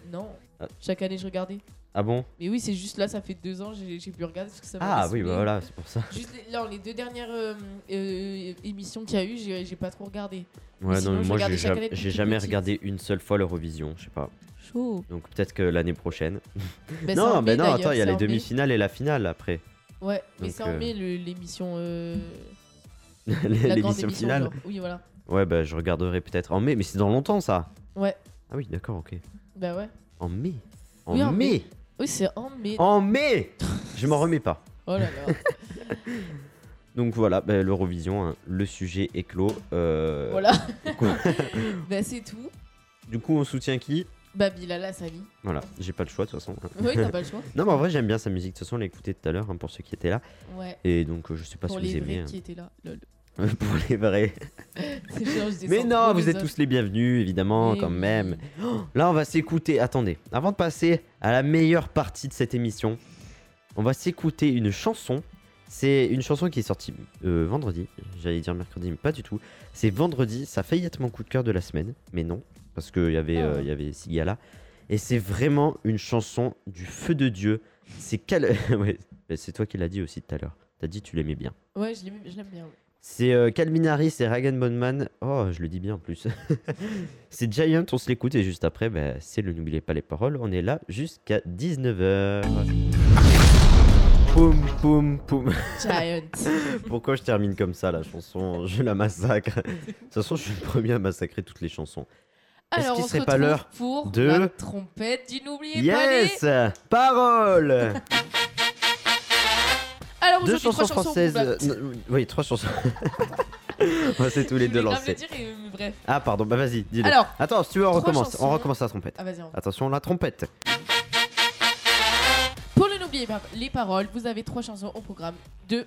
[laughs] non. Ah. Chaque année, je regardais. Ah bon Mais oui, c'est juste là, ça fait deux ans, j'ai j'ai pu regarder parce que ça m'a Ah oui, saoulé. bah voilà, c'est pour ça. Juste les, là, les deux dernières euh, euh, émissions qu'il y a eu, j'ai j'ai pas trop regardé. Ouais, sinon, non, je moi regardais j'ai chaque jamais, année depuis j'ai toute jamais petite. regardé une seule fois l'Eurovision, je sais pas. Chaud. Donc peut-être que l'année prochaine. Ben, c'est non, en mais mai, non, d'ailleurs, attends, il y a c'est les en mai. demi-finales et la finale après. [laughs] Ouais, mais Donc, c'est en euh, mai le- [laughs] l'émission. euh, la grande L'émission émission finale. genre. Oui, voilà. Ouais, bah je regarderai peut-être en mai, mais c'est dans longtemps ça. Ouais. Ah oui, d'accord, ok. Bah ouais. En mai. En Oui, en mai. Oui, c'est en mai. En mai Je m'en remets pas. Oh [laughs] là là. Donc voilà, bah, l'Eurovision, hein, le sujet est clos. euh, voilà. quoi. [laughs] bah c'est tout. Du coup, on soutient qui Bah [laughs] Bilal Hassani. Voilà, j'ai pas le choix de toute façon. hein. Oui, t'as pas le choix. Non, mais en vrai, j'aime bien sa musique. De toute façon, on l'a écouté tout à l'heure hein, pour ceux qui étaient là. Ouais. Et donc, euh, je sais pas Pour si vous les vrais aimez. qui étaient là. Lol. [laughs] hein. [laughs] pour les vrais. C'est chiant, je Mais descends non, trop vous les êtes autres. tous les bienvenus, évidemment, Mais quand oui. même. Oh, Là, on va s'écouter. Attendez, avant de passer à la meilleure partie de cette émission, on va s'écouter une chanson. C'est une chanson qui est sortie euh, vendredi. J'allais dire mercredi, mais pas du tout. C'est vendredi. Ça a failli être mon coup de cœur de la semaine, mais non, parce qu'il y avait, Ah. euh, il y avait Sigala. Et c'est vraiment une chanson du feu de Dieu. C'est Cal- [laughs] ouais, bah, c'est toi qui l'as dit aussi tout à l'heure. T'as dit tu l'aimais bien. Ouais, je l'aime je l'aime bien. ouais. C'est euh, Calminaris et Ragan Bonman. Oh, je le dis bien en plus. [laughs] c'est Giant, on se l'écoute et juste après, bah, c'est le N'oubliez pas les paroles. On est là jusqu'à 19h. Poum, poum, poum. Giant. [laughs] Pourquoi je termine comme ça la chanson Je la massacre. De toute façon, je suis le premier à massacrer toutes les chansons. Est-ce Alors, qu'il on se serait pas retrouve l'heure pour de- la trompette du n'oubliez pas les. Yes Paroles Alors, Deux aujourd'hui, trois chansons chansons françaises. Blabla. euh, non, oui, trois [laughs] chansons. Ouais, c'est tous les Je deux voulais grave le lancés. dire et, euh, bref. Ah, pardon, bah vas-y, dis-le. Alors, Attends, si tu veux, on trois recommence. chansons. On recommence la trompette. ah vas-y. on- Attention, la trompette. Pour le n'oubliez pas les paroles, vous avez trois chansons au programme, deux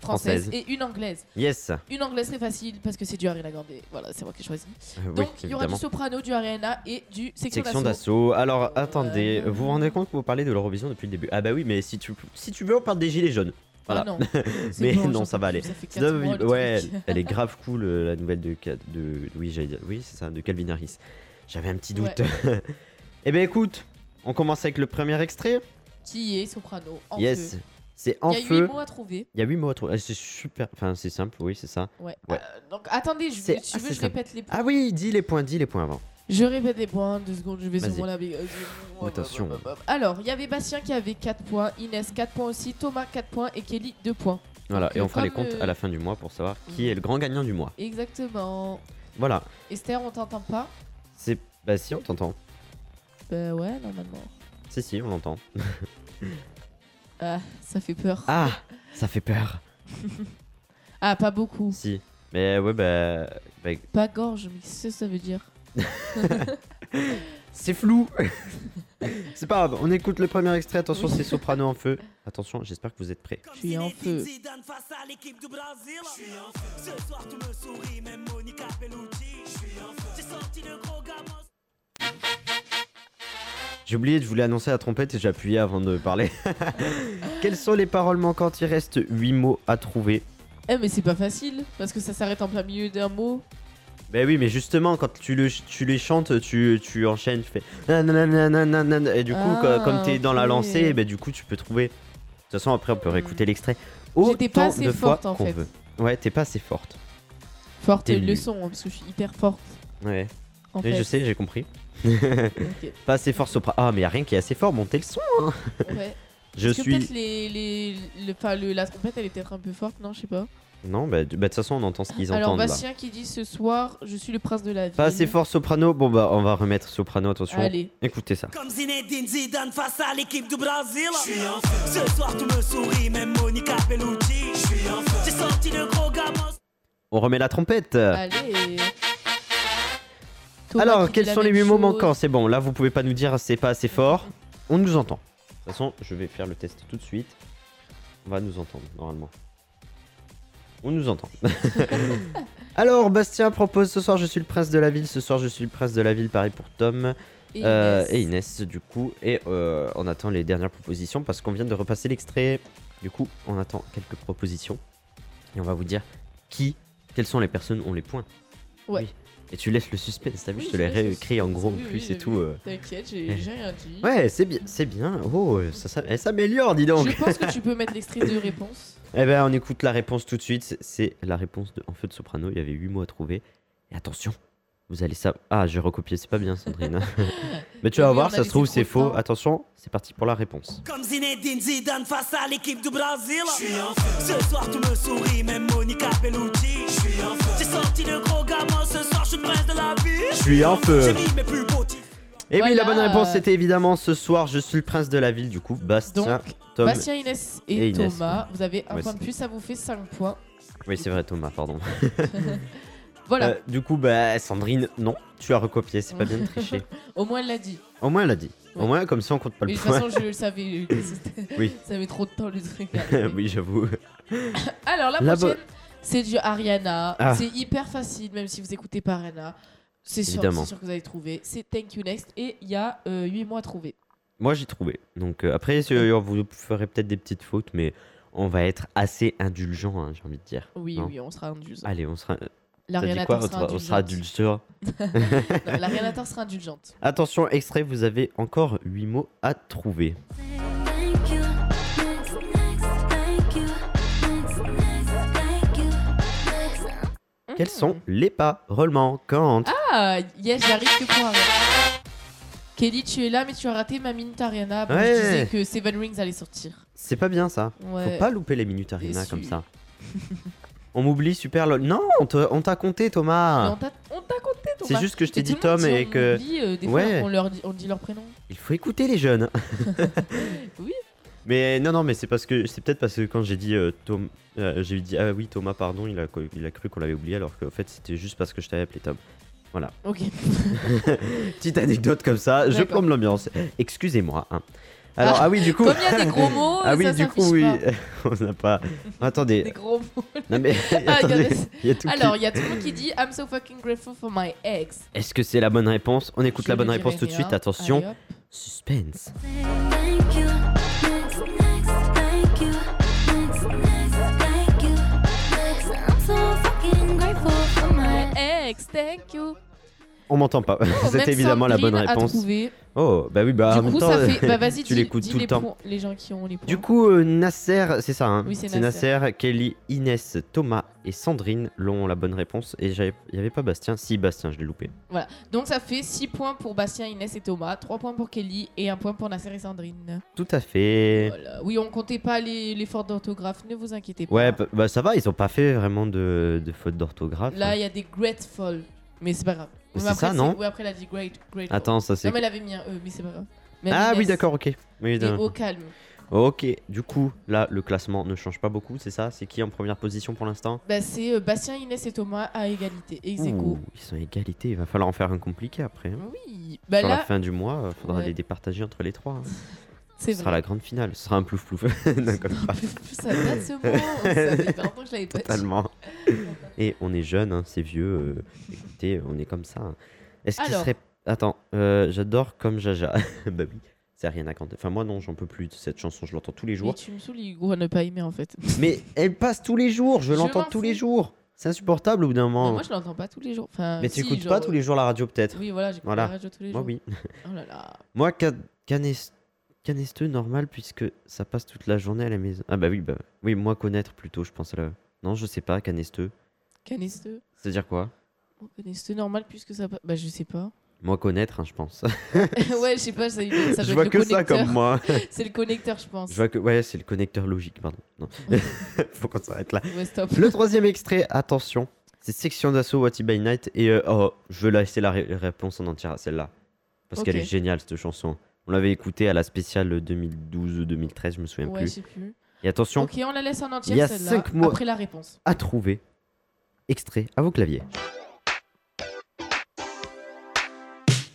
françaises Françaises. et une anglaise. Yes. Une anglaise très facile parce que c'est du Ariana Grande. Voilà, c'est moi qui ai choisi. Euh, Donc oui, il y aura du évidemment. soprano, du Ariana et du section, Section d'assaut. d'assaut. Alors attendez, Euh, vous vous rendez compte que vous parlez de l'Eurovision depuis le début Ah bah oui, mais si tu, si tu veux, on parle des gilets jaunes. Voilà. [laughs] Ah non, c'est Mais bon, non, j'en ça peux va plus, aller. ça fait quatre Sinon, mois, oui, le ouais, truc. [laughs] elle est grave cool euh, la nouvelle de, Ca- de oui, j'allais dire, oui, c'est ça, de Calvin Harris. J'avais un petit doute. [laughs] eh ben écoute, on commence avec le premier extrait. Qui est soprano en yes, feu. c'est en il y a huit feu. mots à trouver. Il y a huit mots à trouver. Ah, C'est super, enfin c'est simple, oui, c'est ça. Ouais. Ouais. Euh, donc attendez, je, C'est tu veux assez je répète les points. Ah oui, dis les points, dis les points avant. Je répète les points, deux secondes, je vais Vas-y. sur mon lavé. Attention. Alors, il y avait Bastien qui avait 4 points, Inès 4 points aussi, Thomas 4 points et Kelly 2 points. Voilà, Donc, et euh, on fera les comme, comptes euh, à la fin du mois pour savoir qui est le grand gagnant du mois. Exactement. Voilà, Esther, on t'entend pas c'est bah si on t'entend. Bah ouais, normalement. Si, si, on l'entend. Ah, ça fait peur. Ah, Ah Ça fait peur. pas beaucoup. Si. Mais ouais, bah. bah, Pas gorge, mais qu'est-ce que ça veut dire c'est flou [laughs] C'est pas grave, on écoute le premier extrait. Attention, Oui. c'est Soprano en feu. Attention, j'espère que vous êtes prêts. Je suis en feu. Zidane face à l'équipe du Brésil. Je suis en feu. Ce soir tu me souris, même Monica Bellucci. Je suis en feu. J'ai sorti le gros gamin. J'ai oublié, je voulais annoncer la trompette et j'ai appuyé avant de parler. [laughs] Quelles sont les paroles manquantes Il reste 8 mots à trouver. Eh, mais c'est pas facile, parce que ça s'arrête en plein milieu d'un mot. Bah oui, mais justement, quand tu, le, tu les chantes, tu, tu enchaînes, tu fais. nanananananana. Et du coup, Ah, co- comme t'es dans la ok. Hmm. lancée, bah du coup, tu peux trouver. De toute façon, après, on peut réécouter l'extrait. J'étais pas Autant assez de fois forte, en qu'on fait. veut. Ouais, t'es pas assez forte. Forte T'es nulle. leçon, hein, parce que je suis hyper forte. Ouais. En Oui, fait. je sais, j'ai compris. [laughs] Ok. Pas assez fort sopra. Ah, mais y a rien qui est assez fort, montez le son. Ouais. Je Parce que suis. peut-être les, les, le- enfin, le- la trompette, elle est peut-être un peu forte, non Je sais pas. Non, bah de bah, de toute façon, on entend ce qu'ils Alors, entendent là. Bastien qui dit ce soir, je suis le prince de la vie. Pas assez fort soprano. Bon, bah, on va remettre soprano, attention. Allez. Écoutez ça. Comme Zinedine Zidane face à l'équipe du Brésil. Je suis en feu. Ce soir tu me souris, même Monica Bellucci. Je suis en feu. J'ai sorti le gros gamin. On remet la trompette. Allez. Bah, euh, Thomas qui Alors, dit quels la sont les même huit mots chose. manquants C'est bon, là, vous pouvez pas nous dire c'est pas assez fort. On nous entend. De toute façon, je vais faire le test tout de suite. On va nous entendre, normalement. On nous [laughs] entend. [laughs] Alors, Bastien propose ce soir, je suis le prince de la ville. Ce soir, je suis le prince de la ville. Pareil pour Tom. Et Euh, Inès. et Inès du coup et euh, on attend les dernières propositions parce qu'on vient de repasser l'extrait du coup on attend quelques propositions et on va vous dire qui quelles sont les personnes ont les points Ouais. Oui. Et tu laisses le suspense, t'as vu, Oui, je te l'ai je laisse- réécrit en gros en Oui, oui, plus j'ai et tout. vu. euh. T'inquiète, j'ai j'ai rien dit. Ouais, c'est bien, c'est bien. Oh, ça, ça- elle s'améliore, dis [laughs] donc. Je pense que tu peux mettre l'extrait de réponse. [laughs] Eh ben, on écoute la réponse tout de suite. C'est- C'est la réponse de En feu de soprano. Il y avait 8 mots à trouver. Et attention, vous allez ça. Ah, j'ai recopié. C'est pas bien, [laughs] Sandrine. Mais tu Mais vas oui, on voir, a ça se laissé trouve, trop c'est de faux. temps. Attention, c'est parti pour la réponse. Comme Zinedine Zidane face à l'équipe du Brésil. Je suis en feu. Ce soir tout me sourit, même Monica Bellucci. Je suis en feu. J'ai sorti le gros gamin, ce soir je suis le prince de la Je ville. suis en feu. J'ai mis mes plus beaux titres. Et Eh oui, la Voilà. bonne réponse, c'était évidemment ce soir, je suis le prince de la ville. Du coup, Bastien, Donc, Tom. Bastien, Inès et, et Inès, Thomas, vous avez un Ouais, point c'est- de plus, ça vous fait 5 points. Oui, c'est vrai, Thomas, pardon. Voilà, Euh, du coup, bah, Sandrine, non, tu as recopié. C'est pas bien de [laughs] tricher. au moins elle l'a dit. Au moins, elle a dit. Au Ouais. moins, comme ça, on compte pas Mais le de toute point. façon, je le savais. que c'était- Oui. [laughs] ça avait trop de temps le truc. là. [laughs] oui, j'avoue. Alors, la, La bo- prochaine, c'est du Ariana. Ah. C'est hyper facile, même si vous écoutez pas Ariana. C'est sûr, Évidemment. c'est sûr que vous allez trouver. C'est Thank You Next et il y a 8 mois à trouver. Moi, j'ai trouvé. Donc euh, après, c'est- vous ferez peut-être des petites fautes, mais on va être assez indulgent, hein, j'ai envie de dire. Oui, Non. oui, on sera indulgent. Allez, on sera. Ah, T'as dit L'Ariana quoi Tar on sera sera, on sera indulgente. indulgent. Non, L'Ariana Tar sera indulgente. Attention, extrait, vous avez encore 8 mots à trouver. Thank you, next, next, thank you, next, next, thank you, next. Quels sont les paroles manquantes Mmh. Ah, yes, j'arrive que pour Ariana. Kelly, tu es là, mais tu as raté ma minute Ariana. Bon, Ouais. Je disais que Seven Rings allait sortir. C'est pas bien ça. Ouais. Faut pas louper les minutes Arena Déçu. comme [laughs] ça. on m'oublie, super lol. Non, on te- on t'a compté, Mais Thomas. on t'a on t'a compté, Ah. Thomas. C'est juste que je t'ai Et dit tout le monde Tom et on que- oublie, euh, des fois, Ouais. on, leur dit, on dit leur prénom. Il faut écouter les jeunes. [laughs] Oui. Mais non, non, mais c'est parce que c'est peut-être parce que quand j'ai dit euh, Tom, euh, j'ai dit ah oui Thomas, pardon, il a, co- il a cru qu'on l'avait oublié alors qu'en fait c'était juste parce que je t'avais appelé [laughs] Tom. Ok. Petite anecdote comme ça, je D'accord. plombe l'ambiance. Excusez-moi. hein. Alors ah, oui du coup. [laughs] Comme il y a des gros mots, [laughs] Ah oui ça du coup s'affiche oui. pas. [laughs] On n'a pas. Des [laughs] Attendez. gros mots. Non mais regardez. attendez. Il y a [laughs] tout qui- Alors, il y a tout le monde qui dit I'm so fucking grateful for my ex. Est-ce que c'est la bonne réponse On écoute Je hein. la bonne ne réponse dirai tout de rien. suite. Attention. Allez, hop. Suspense. Thank you, next, next, thank you, next, next, thank you, next. I'm so fucking grateful for my Ex, thank you. On m'entend pas. [laughs] Oh, Même C'était évidemment la bonne Sandrine a réponse. trouvé. Oh bah oui bah en du même coup, temps. [laughs] ça fait. Bah, vas-y, tu dis- l'écoutes dis tout le les temps. points, Les gens qui ont les points. Du coup, euh, Nasser, c'est ça, hein Oui, c'est Nasser. Kelly, Inès, Thomas et Sandrine l'ont la bonne réponse. Et j'avais- il n'y avait pas Bastien. Si, Bastien, je l'ai loupé. Donc, ça fait 6 points pour Bastien, Inès et Thomas, 3 points pour Kelly et 1 point pour Nasser et Sandrine. Tout à fait. Voilà. Oui, on comptait pas les, les fautes d'orthographe, ne vous inquiétez pas. Ouais, bah- bah ça va, ils ont pas fait vraiment de, de faute d'orthographe. Là, il y a des grateful, mais c'est pas grave. Mais Mais c'est après, ça, non Oui, après, elle a dit great, great. Attends, ça c'est. Non, mais elle avait mis un E, mais c'est pas grave. Même Ah oui, Inès, d'accord, ok. Oui, mais d'accord. au calme. Ok, du coup, là, le classement ne change pas beaucoup, c'est ça C'est qui en première position pour l'instant Bah, c'est euh, Bastien, Inès et Thomas à égalité, ex aequo. Ouh, Ils sont à égalité, il va falloir en faire un compliqué après. hein. Oui, bah Sur la là, fin du mois, euh, faudra Ouais. les départager entre les trois. hein. c'est Ce sera vrai. la grande finale, ce sera un plouf [laughs] plouf. Non, comme [laughs] ça. Ça date ce mot, ça fait longtemps que je l'avais pas dit. [laughs] Totalement. Et on est jeune, hein, c'est vieux. euh, écoutez, on est comme ça. hein. Est-ce qu'il Alors. serait. Attends, euh, j'adore comme Jaja. [laughs] bah oui, c'est rien à compter. Enfin, moi non, j'en peux plus de cette chanson, je l'entends tous les Mais jours. tu me saoules, Hugo, à ne pas aimer [laughs] en fait. Mais elle passe tous les jours, je Je l'entends m'en tous les fous. jours. C'est insupportable au bout d'un Mais moment. Moi, je l'entends pas tous les jours. Enfin, Mais si, tu écoutes genre, euh, pas tous les jours la radio, peut-être Oui, voilà, j'écoute Voilà. la radio tous les Moi, jours. oui. Oh là là. Moi, ca- canes- canesteux, normal, puisque ça passe toute la journée à la maison. Ah bah oui, bah oui, moi connaître plutôt, je pense à la. Non, je sais pas, canesteux. Canesteux. C'est-à-dire quoi Oh, Canesteux normal puisque ça. pa- Bah, je sais pas. [laughs] Moi connaître, hein, je pense. ouais, je sais pas, ça, ça doit être le connecteur. moi. C'est le connecteur, je pense. [laughs] Je vois que ouais, c'est le connecteur logique, pardon. Non. [laughs] Faut qu'on s'arrête là. Ouais, stop. Le troisième extrait, attention, c'est Section d'assaut What It by Night et euh, oh, je veux laisser la ré- réponse en entière à celle-là parce Ok. qu'elle est géniale cette chanson. On l'avait écoutée à la spéciale 2012 ou 2013, je me souviens Ouais, je plus. sais plus. Et attention, Ok, on la laisse en Il y entière a celle-là. cinq mots. Après la réponse. à trouver. Extrait à vos claviers.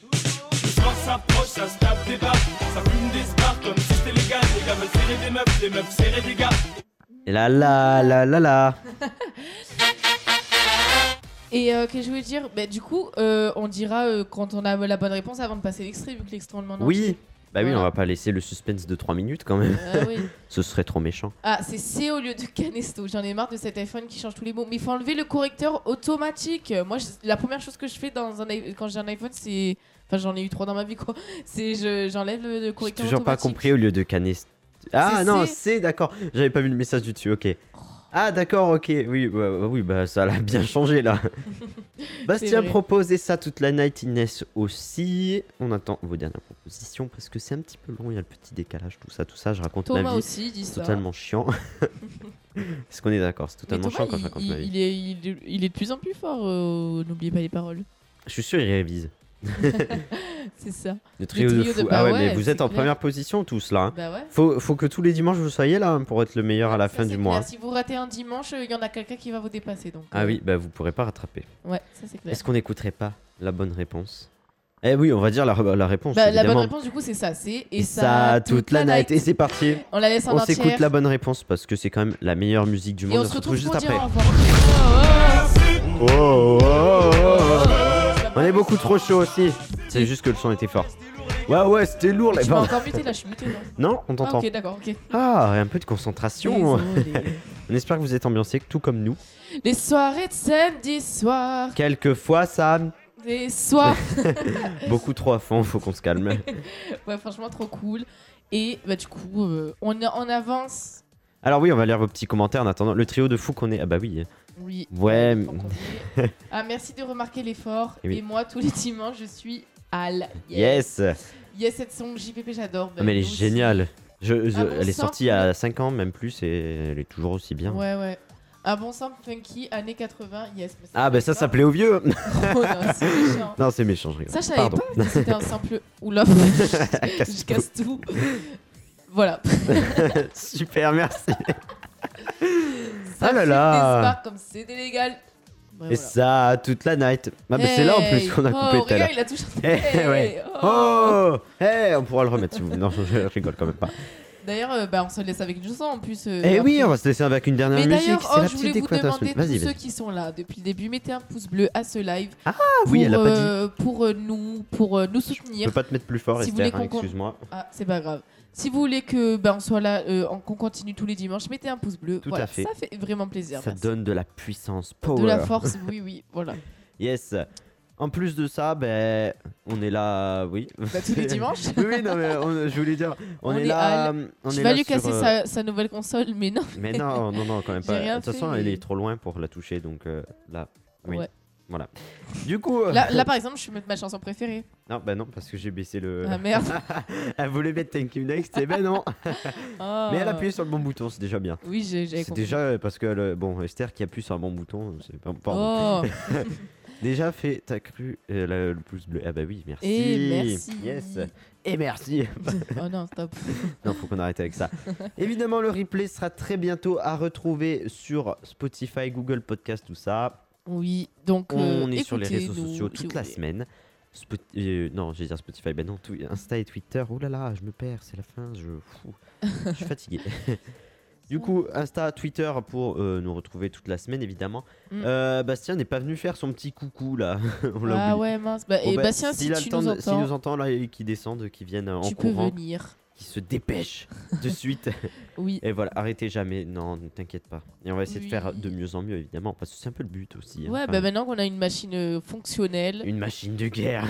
Le soir s'approche, ça se tape des barres, ça fume des spars comme si c'était légal. Les gars veulent serrer des meufs, les meufs serrer des gars. Et là là là là là. Et euh, qu'est-ce que je voulais dire Bah, du coup, euh, on dira euh, quand on a la bonne réponse avant de passer l'extrait, vu que l'extrait on le demande en Oui, Bah oui, Voilà. on va pas laisser le suspense de 3 minutes quand même. Ah oui. [laughs] Ce serait trop méchant. Ah, c'est C au lieu de Canesto. J'en ai marre de cet iPhone qui change tous les mots. Mais il faut enlever le correcteur automatique. Moi, je- la première chose que je fais dans un, i- quand j'ai un iPhone, c'est. Enfin, j'en ai eu trois dans ma vie, quoi. [laughs] C'est je- j'enlève le, le J'ai correcteur automatique. toujours pas compris au lieu de caniste. Ah C'est Oh. non, C. c'est d'accord. J'avais pas vu le message du dessus, ok. Ah d'accord, ok. Oui, bah, oui, bah ça l'a [laughs] bien changé [laughs] là. Bastien vrai. proposait ça toute la night, Inès aussi. On attend vos dernières propositions parce que c'est un petit peu long, il y a le petit décalage, tout ça, tout ça. Je raconte ma Thomas vie. aussi dit C'est ça. totalement [laughs] chiant. Est-ce qu'on est d'accord C'est Mais totalement Thomas, chiant quand je il, raconte il- ma vie. il est, il, est, il est de plus en plus fort. euh, N'oubliez pas les paroles. Je suis sûr, il révise. [laughs] C'est ça. Le trio, de trio de- fou. bah ah ouais, ouais, mais vous c'est êtes en clair. première position tous là. hein. Bah ouais. Faut, faut que tous les dimanches vous soyez là hein, pour être le meilleur à la Ça, fin c'est du clair. mois. Si vous ratez un dimanche, il y en a quelqu'un qui va vous dépasser. Donc, Ah euh, oui, bah vous pourrez pas rattraper. Ouais, ça c'est clair. Est-ce qu'on n'écouterait pas la bonne réponse Eh oui, on va dire la, la réponse. Bah, la bonne évidemment. réponse, du coup, c'est ça. C'est Et ça, toute la night. Et c'est parti. On la laisse en On entière. s'écoute la bonne réponse parce que c'est quand même la meilleure musique du Et monde. on se retrouve juste pour dire après. au revoir. [laughs] Oh, oh, oh, oh, oh. Ça On va, est beaucoup trop chaud aussi. C'est juste que le son était fort. Ouais, ouais, c'était lourd. les Tu m'as bords. encore muté là, je suis muté là. Non, on Ah, t'entend. ok, d'accord, ok. Ah, un peu de concentration. Désolé. On espère que vous êtes ambiancés tout comme nous. Les soirées de samedi soir, Quelquefois, Sam, les soirs. beaucoup trop à fond, faut qu'on se [laughs] calme. Ouais, franchement, trop cool. Et bah, du coup, euh, on est en avance. Alors oui, on va lire vos petits commentaires en attendant. Le trio de fou qu'on est. Ah bah oui. Oui. Ouais, faut qu'on dise. [laughs] ah, merci de remarquer l'effort. Et Eh oui. Et moi, tous les dimanches, je suis Al. Yes. Yes, cette song JPP, j'adore. Ah, mais elle est Nous aussi. géniale. Je- je- Ah bon elle est sang, sortie à 5 ans, même plus, et elle est toujours aussi bien. Ouais, ouais. Un bon sample funky, années 80, yes. mais Ah, bah ça, ça s'appelle plaît aux vieux. [laughs] c'est méchant. non, c'est méchant, je rigole. Ça, je savais Pardon. pas que c'était un simple. [laughs] Oula, je casse tout. Voilà. [laughs] Super, merci. Ça Ah là fait là. des sparks comme c'était légal. Ouais, Et voilà. ça, toute la night. Ah, bah c'est là en plus Hey. qu'on a coupé oh, tout à l'heure. regarde, il a tout chanté. Eh, ouais. Oh. Oh, hey, on pourra le remettre si vous voulez. Non, je rigole quand même pas. D'ailleurs, euh, bah, on se laisse avec une chanson en plus. euh, Eh oui, après. on va se laisser avec une dernière Mais musique. d'ailleurs, C'est oh, la je voulais petite vous équateur. demander tous Vas-y, ceux vas-y. qui sont là depuis le début, mettez un pouce bleu à ce live Ah oui, pour, elle l'a pas dit. euh, pour, euh, nous, pour euh, nous Je peux soutenir. pas te mettre plus fort, si vous Esther, voulez hein, qu'on- excuse-moi. Ah, c'est pas grave. Si vous voulez que ben on soit là, euh, en- qu'on continue tous les dimanches, mettez un pouce bleu. Tout Voilà, à fait. Ça fait vraiment plaisir. Ça merci. donne de la puissance. de la Power. force. oui, oui, [laughs] voilà. Yes. En plus de ça, ben, on est là, oui. Bah, tous les dimanches. [laughs] oui, oui, non, mais on- je voulais dire, on, On est, est là. On Je est vais là lui sur, casser euh, sa, sa nouvelle console, [laughs] mais non. Mais non, non, non, quand même [laughs] J'ai pas. De rien toute façon, fait, elle mais- est trop loin pour la toucher, donc euh, là. Oui. Ouais. Voilà. Du coup. euh, Là, là, par exemple, je vais mettre ma chanson préférée. Non, bah non, parce que j'ai baissé le. [laughs] Ah merde. elle voulait mettre Thank You Next, et ben [laughs] non. Ah. Mais elle appuyait sur le bon bouton, c'est déjà bien. Oui, j'ai j'ai C'est compris. déjà euh, parce que le... bon Esther qui appuie sur un bon bouton, c'est pas pardon. Oh, [laughs] Déjà fait, t'as cru euh, la- le pouce bleu. Ah bah oui, merci. Et merci. Yes. Et merci. oh non, stop. Non, faut qu'on arrête avec [laughs] ça. Évidemment, le replay sera très bientôt à retrouver sur Spotify, Google Podcast, tout ça. Oui, donc euh, On est sur les réseaux écoutez-nous, sociaux si toute vous la voulez. semaine. Spot- euh, non, j'ai dire Spotify, ben non, tout- Insta et Twitter. Oh là là, je me perds, c'est la fin, je, fou, je suis [laughs] fatigué. du coup, Insta, Twitter pour euh, nous retrouver toute la semaine, évidemment. Mm. Euh, Bastien n'est pas venu faire son petit coucou là. [laughs] On l'a Ah oublié. ouais, mince. Bah, Bon, et bah, Bastien, si s'il a le tu temps nous de- s'il entends, nous entend là et qu'il descende, qu'il vienne euh, en tu peux courant, venir. qu'il se dépêche de [laughs] suite. Oui, Et voilà, arrêtez jamais, non, ne t'inquiète pas. Et on va essayer de faire Oui. de mieux en mieux, évidemment, parce que c'est un peu le but aussi. hein. Ouais, Enfin, bah maintenant qu'on a une machine euh, fonctionnelle, Une machine de guerre.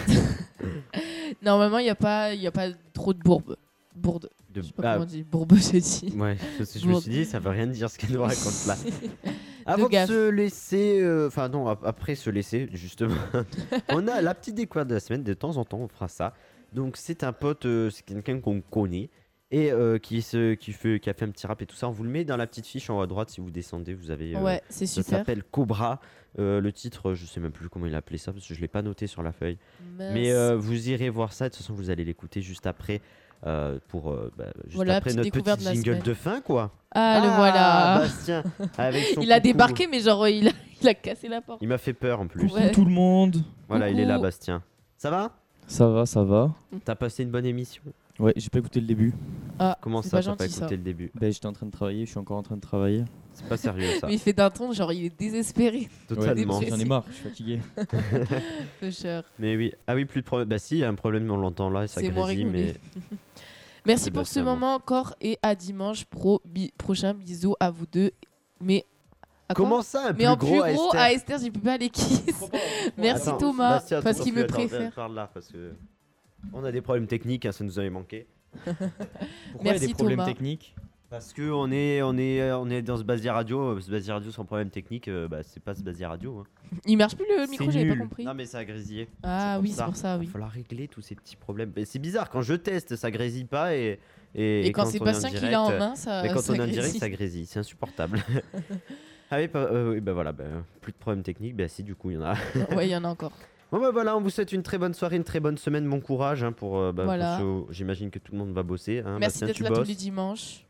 normalement, il n'y a, pas- y a pas trop de bourbe. Bourde. De... [laughs] Je sais pas Ah, comment on dit. Bourbe, [laughs] j'ai dit. ouais, je, je me Bon. suis dit, ça veut rien dire ce qu'elle nous raconte [laughs] là. De Avant de gaffe. se laisser, euh, enfin non, ap- après se laisser, justement, [laughs] on a la petite découverte de la semaine, de temps en temps on fera ça. Donc c'est un pote, euh, c'est quelqu'un qu'on connaît. Et euh, qui, se, qui, fait, qui a fait un petit rap et tout ça, on vous le met dans la petite fiche en haut à droite si vous descendez, vous avez euh, ouais, c'est Ça super. s'appelle Cobra. Euh, le titre, je sais même plus comment il appelait ça parce que je l'ai pas noté sur la feuille. Mince. Mais euh, vous irez voir ça. De toute façon, vous allez l'écouter juste après. euh, pour euh, bah, juste Voilà, après petite notre découverte petit de la jingle semaine. de fin quoi Ah, le voilà. Bastien [laughs] avec bah, son il a coucou. débarqué, mais genre, il a, [laughs] il a cassé la porte. il m'a fait peur en plus Ouais. tout le monde. voilà il est là Coucou. Mm. Bastien ça va Ça va, ça va. t'as passé une bonne émission Ouais, j'ai pas écouté le début. Ah, comment c'est ça pas t'as pas gentil, écouté ça. le début Ben, j'étais en train de travailler, je suis encore en train de travailler. C'est pas sérieux [laughs] ça. Mais il fait d'un ton, genre, il est désespéré, [laughs] Totalement. des- J'en ai marre, je suis fatigué. Pusher. Mais oui. Ah oui, plus de problème. Bah si, il y a un problème, on l'entend là, ça C'est moins grésille, mais régulé. Merci Eh ben, pour ce c'est à moi. moment encore et à dimanche pro bi- prochain. Bisous à vous deux. Mais à quoi comment ça [laughs] un Mais plus en gros, plus gros ASTR? à Esther, j'ai pu pas les kiss. [laughs] Merci Attends, Thomas Bastien, parce attends, qu'il tu- me attends, préfère. parle là, parce que on a des problèmes techniques, hein, ça nous avait manqué. Pourquoi il y a Merci, des problèmes Thomas. techniques Parce que on est, on est, on est dans ce basier radio. euh, Ce basier radio sans problème technique, euh, bah, c'est pas ce basier radio. hein. Il marche plus le C'est micro, j'avais pas nul. compris. Non mais ça a grésillé. Ah c'est pour oui, ça. c'est pour ça, Il oui. va falloir régler tous ces petits problèmes. Mais c'est bizarre quand je teste, ça grésille pas et et, Et quand, on est c'est en Bastien qui direct, l'a en euh, main, ça. Mais quand ça on est en direct, grésille. ça grésille, c'est insupportable. [laughs] ah oui, bah, euh, oui, bah voilà, bah, plus de problèmes techniques, bah si, du coup, il y en a. Ouais, il y en a encore. Bon bah voilà, on vous souhaite une très bonne soirée, une très bonne semaine, bon courage hein, pour. euh, bah, Voilà. pour ce- J'imagine que tout le monde va bosser. hein. Merci Bastien, d'être tu là tous bosses. les dimanches.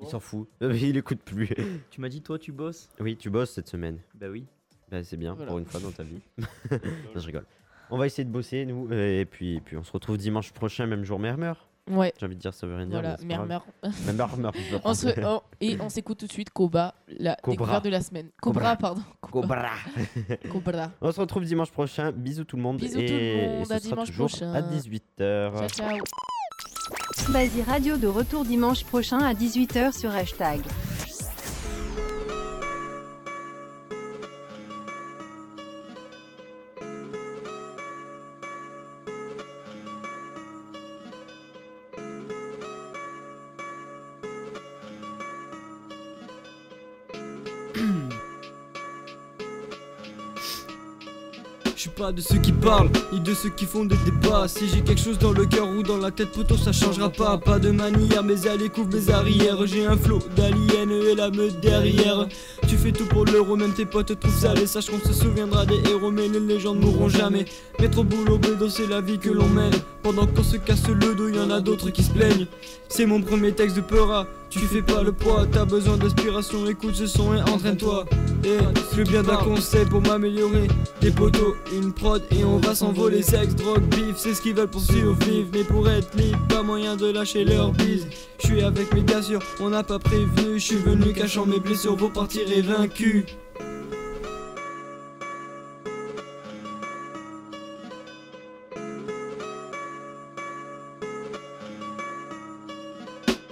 Il s'en fout. [laughs] Euh, il écoute plus. [laughs] Tu m'as dit, toi, tu bosses oui, tu bosses cette semaine. Bah oui. Bah, c'est bien Voilà. pour une fois dans ta [laughs] vie. [laughs] Non, je rigole. On va essayer de bosser nous euh, et puis et puis on se retrouve dimanche prochain, même jour mermeur. Ouais, J'ai envie de dire ça veut rien dire. voilà, mais c'est pas grave. [laughs] murmure. Mermeur. je le On prends. se... on- Et on s'écoute tout de suite Cobra, la Cobra. découverte de la semaine. Cobra, pardon. [laughs] Cobra. Cobra. Cobra. On se retrouve dimanche prochain. Bisous tout le monde. Bisous tout et, le et monde, ce à sera dimanche toujours prochain. à 18h. Ciao, ciao. Basi Radio de retour dimanche prochain à 18h sur hashtag. Je suis pas de ceux qui parlent, ni de ceux qui font des débats. Si j'ai quelque chose dans le cœur ou dans la tête, poteau, ça changera pas. Pas de manière, mes allées couvrent mes arrières. J'ai un flot d'alien et la meute derrière. Tu fais tout pour l'euro, même tes potes trouvent salé. Sache qu'on se souviendra des héros, mais les légendes mourront jamais. Mettre au boulot, bédo, c'est la vie que l'on mène. Pendant qu'on se casse le dos, y en a d'autres qui se plaignent. C'est mon premier texte de Peura. Tu fais pas le poids, t'as besoin d'inspiration. Écoute ce son et entraîne-toi. Et je veux bien d'un conseil pour m'améliorer. Des poteaux, une prod et on va s'envoler Sexe, drogue, bif, c'est ce qu'ils veulent pour survivre Mais pour être libre, pas moyen de lâcher leur bise Je suis avec mes gars sûrs, on n'a pas prévenu Je suis venu cachant mes blessures pour partir et vaincu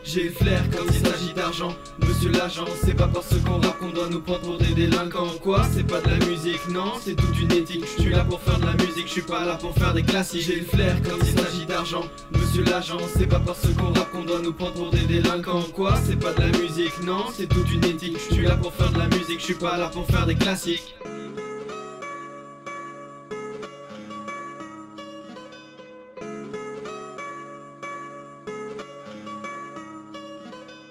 J'ai flair quand il s'agit d'argent, monsieur l'agent. C'est pas parce qu'on rappe qu'on doit nous prendre pour des délinquants ou quoi. C'est pas de la musique, non, c'est toute une éthique. Je suis là pour faire de la musique, je suis pas là pour faire des classiques. J'ai flair quand il s'agit d'argent, monsieur l'agent. C'est pas parce qu'on rappe qu'on doit nous prendre pour des délinquants ou quoi. C'est pas de la musique, non, c'est toute une éthique. Je suis là pour faire de la musique, je suis pas là pour faire des classiques.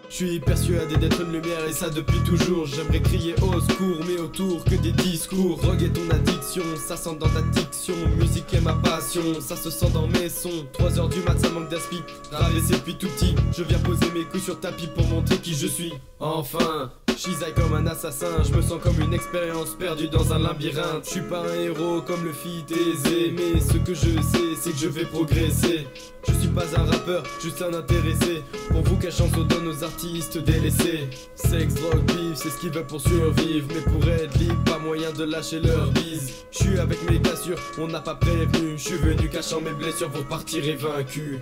Je suis persuadé d'être une lumière et ça depuis toujours J'aimerais crier au secours mais autour que des discours Rogue est ton addiction, ça sent dans ta diction Musique est ma passion, ça se sent dans mes sons 3 heures du mat ça manque d'aspic, rabaissé depuis tout petit Je viens poser mes coups sur tapis pour montrer qui je suis Enfin Shizaï comme un assassin, je me sens comme une expérience perdue dans un labyrinthe. Je suis pas un héros comme le fit aisé, mais ce que je sais, c'est que je vais progresser. Je suis pas un rappeur, juste un intéressé. Pour vous qu'à chance on donne aux artistes délaissés Sex, drogue, bif, c'est ce qu'ils veulent pour survivre Mais pour être libre, pas moyen de lâcher leur bise Je suis avec mes gars sûrs, on n'a pas prévenu Je suis venu cachant mes blessures pour partir et vaincu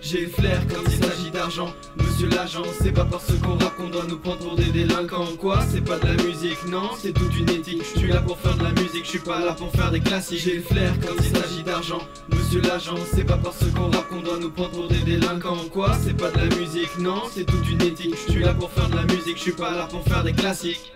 J'ai flair quand il s'agit d'argent, monsieur l'agent. C'est pas parce qu'on rappe qu'on doit nous prendre pour des délinquants ou quoi. C'est pas de la musique, non, c'est toute une éthique. Je suis là pour faire de la musique, je suis pas là pour faire des classiques. J'ai flair quand il s'agit d'argent, monsieur l'agent. C'est pas parce qu'on rappe qu'on doit nous prendre pour des délinquants ou quoi. C'est pas de la musique, non, c'est toute une éthique. Je suis là pour faire de la musique, je suis pas là pour faire des classiques.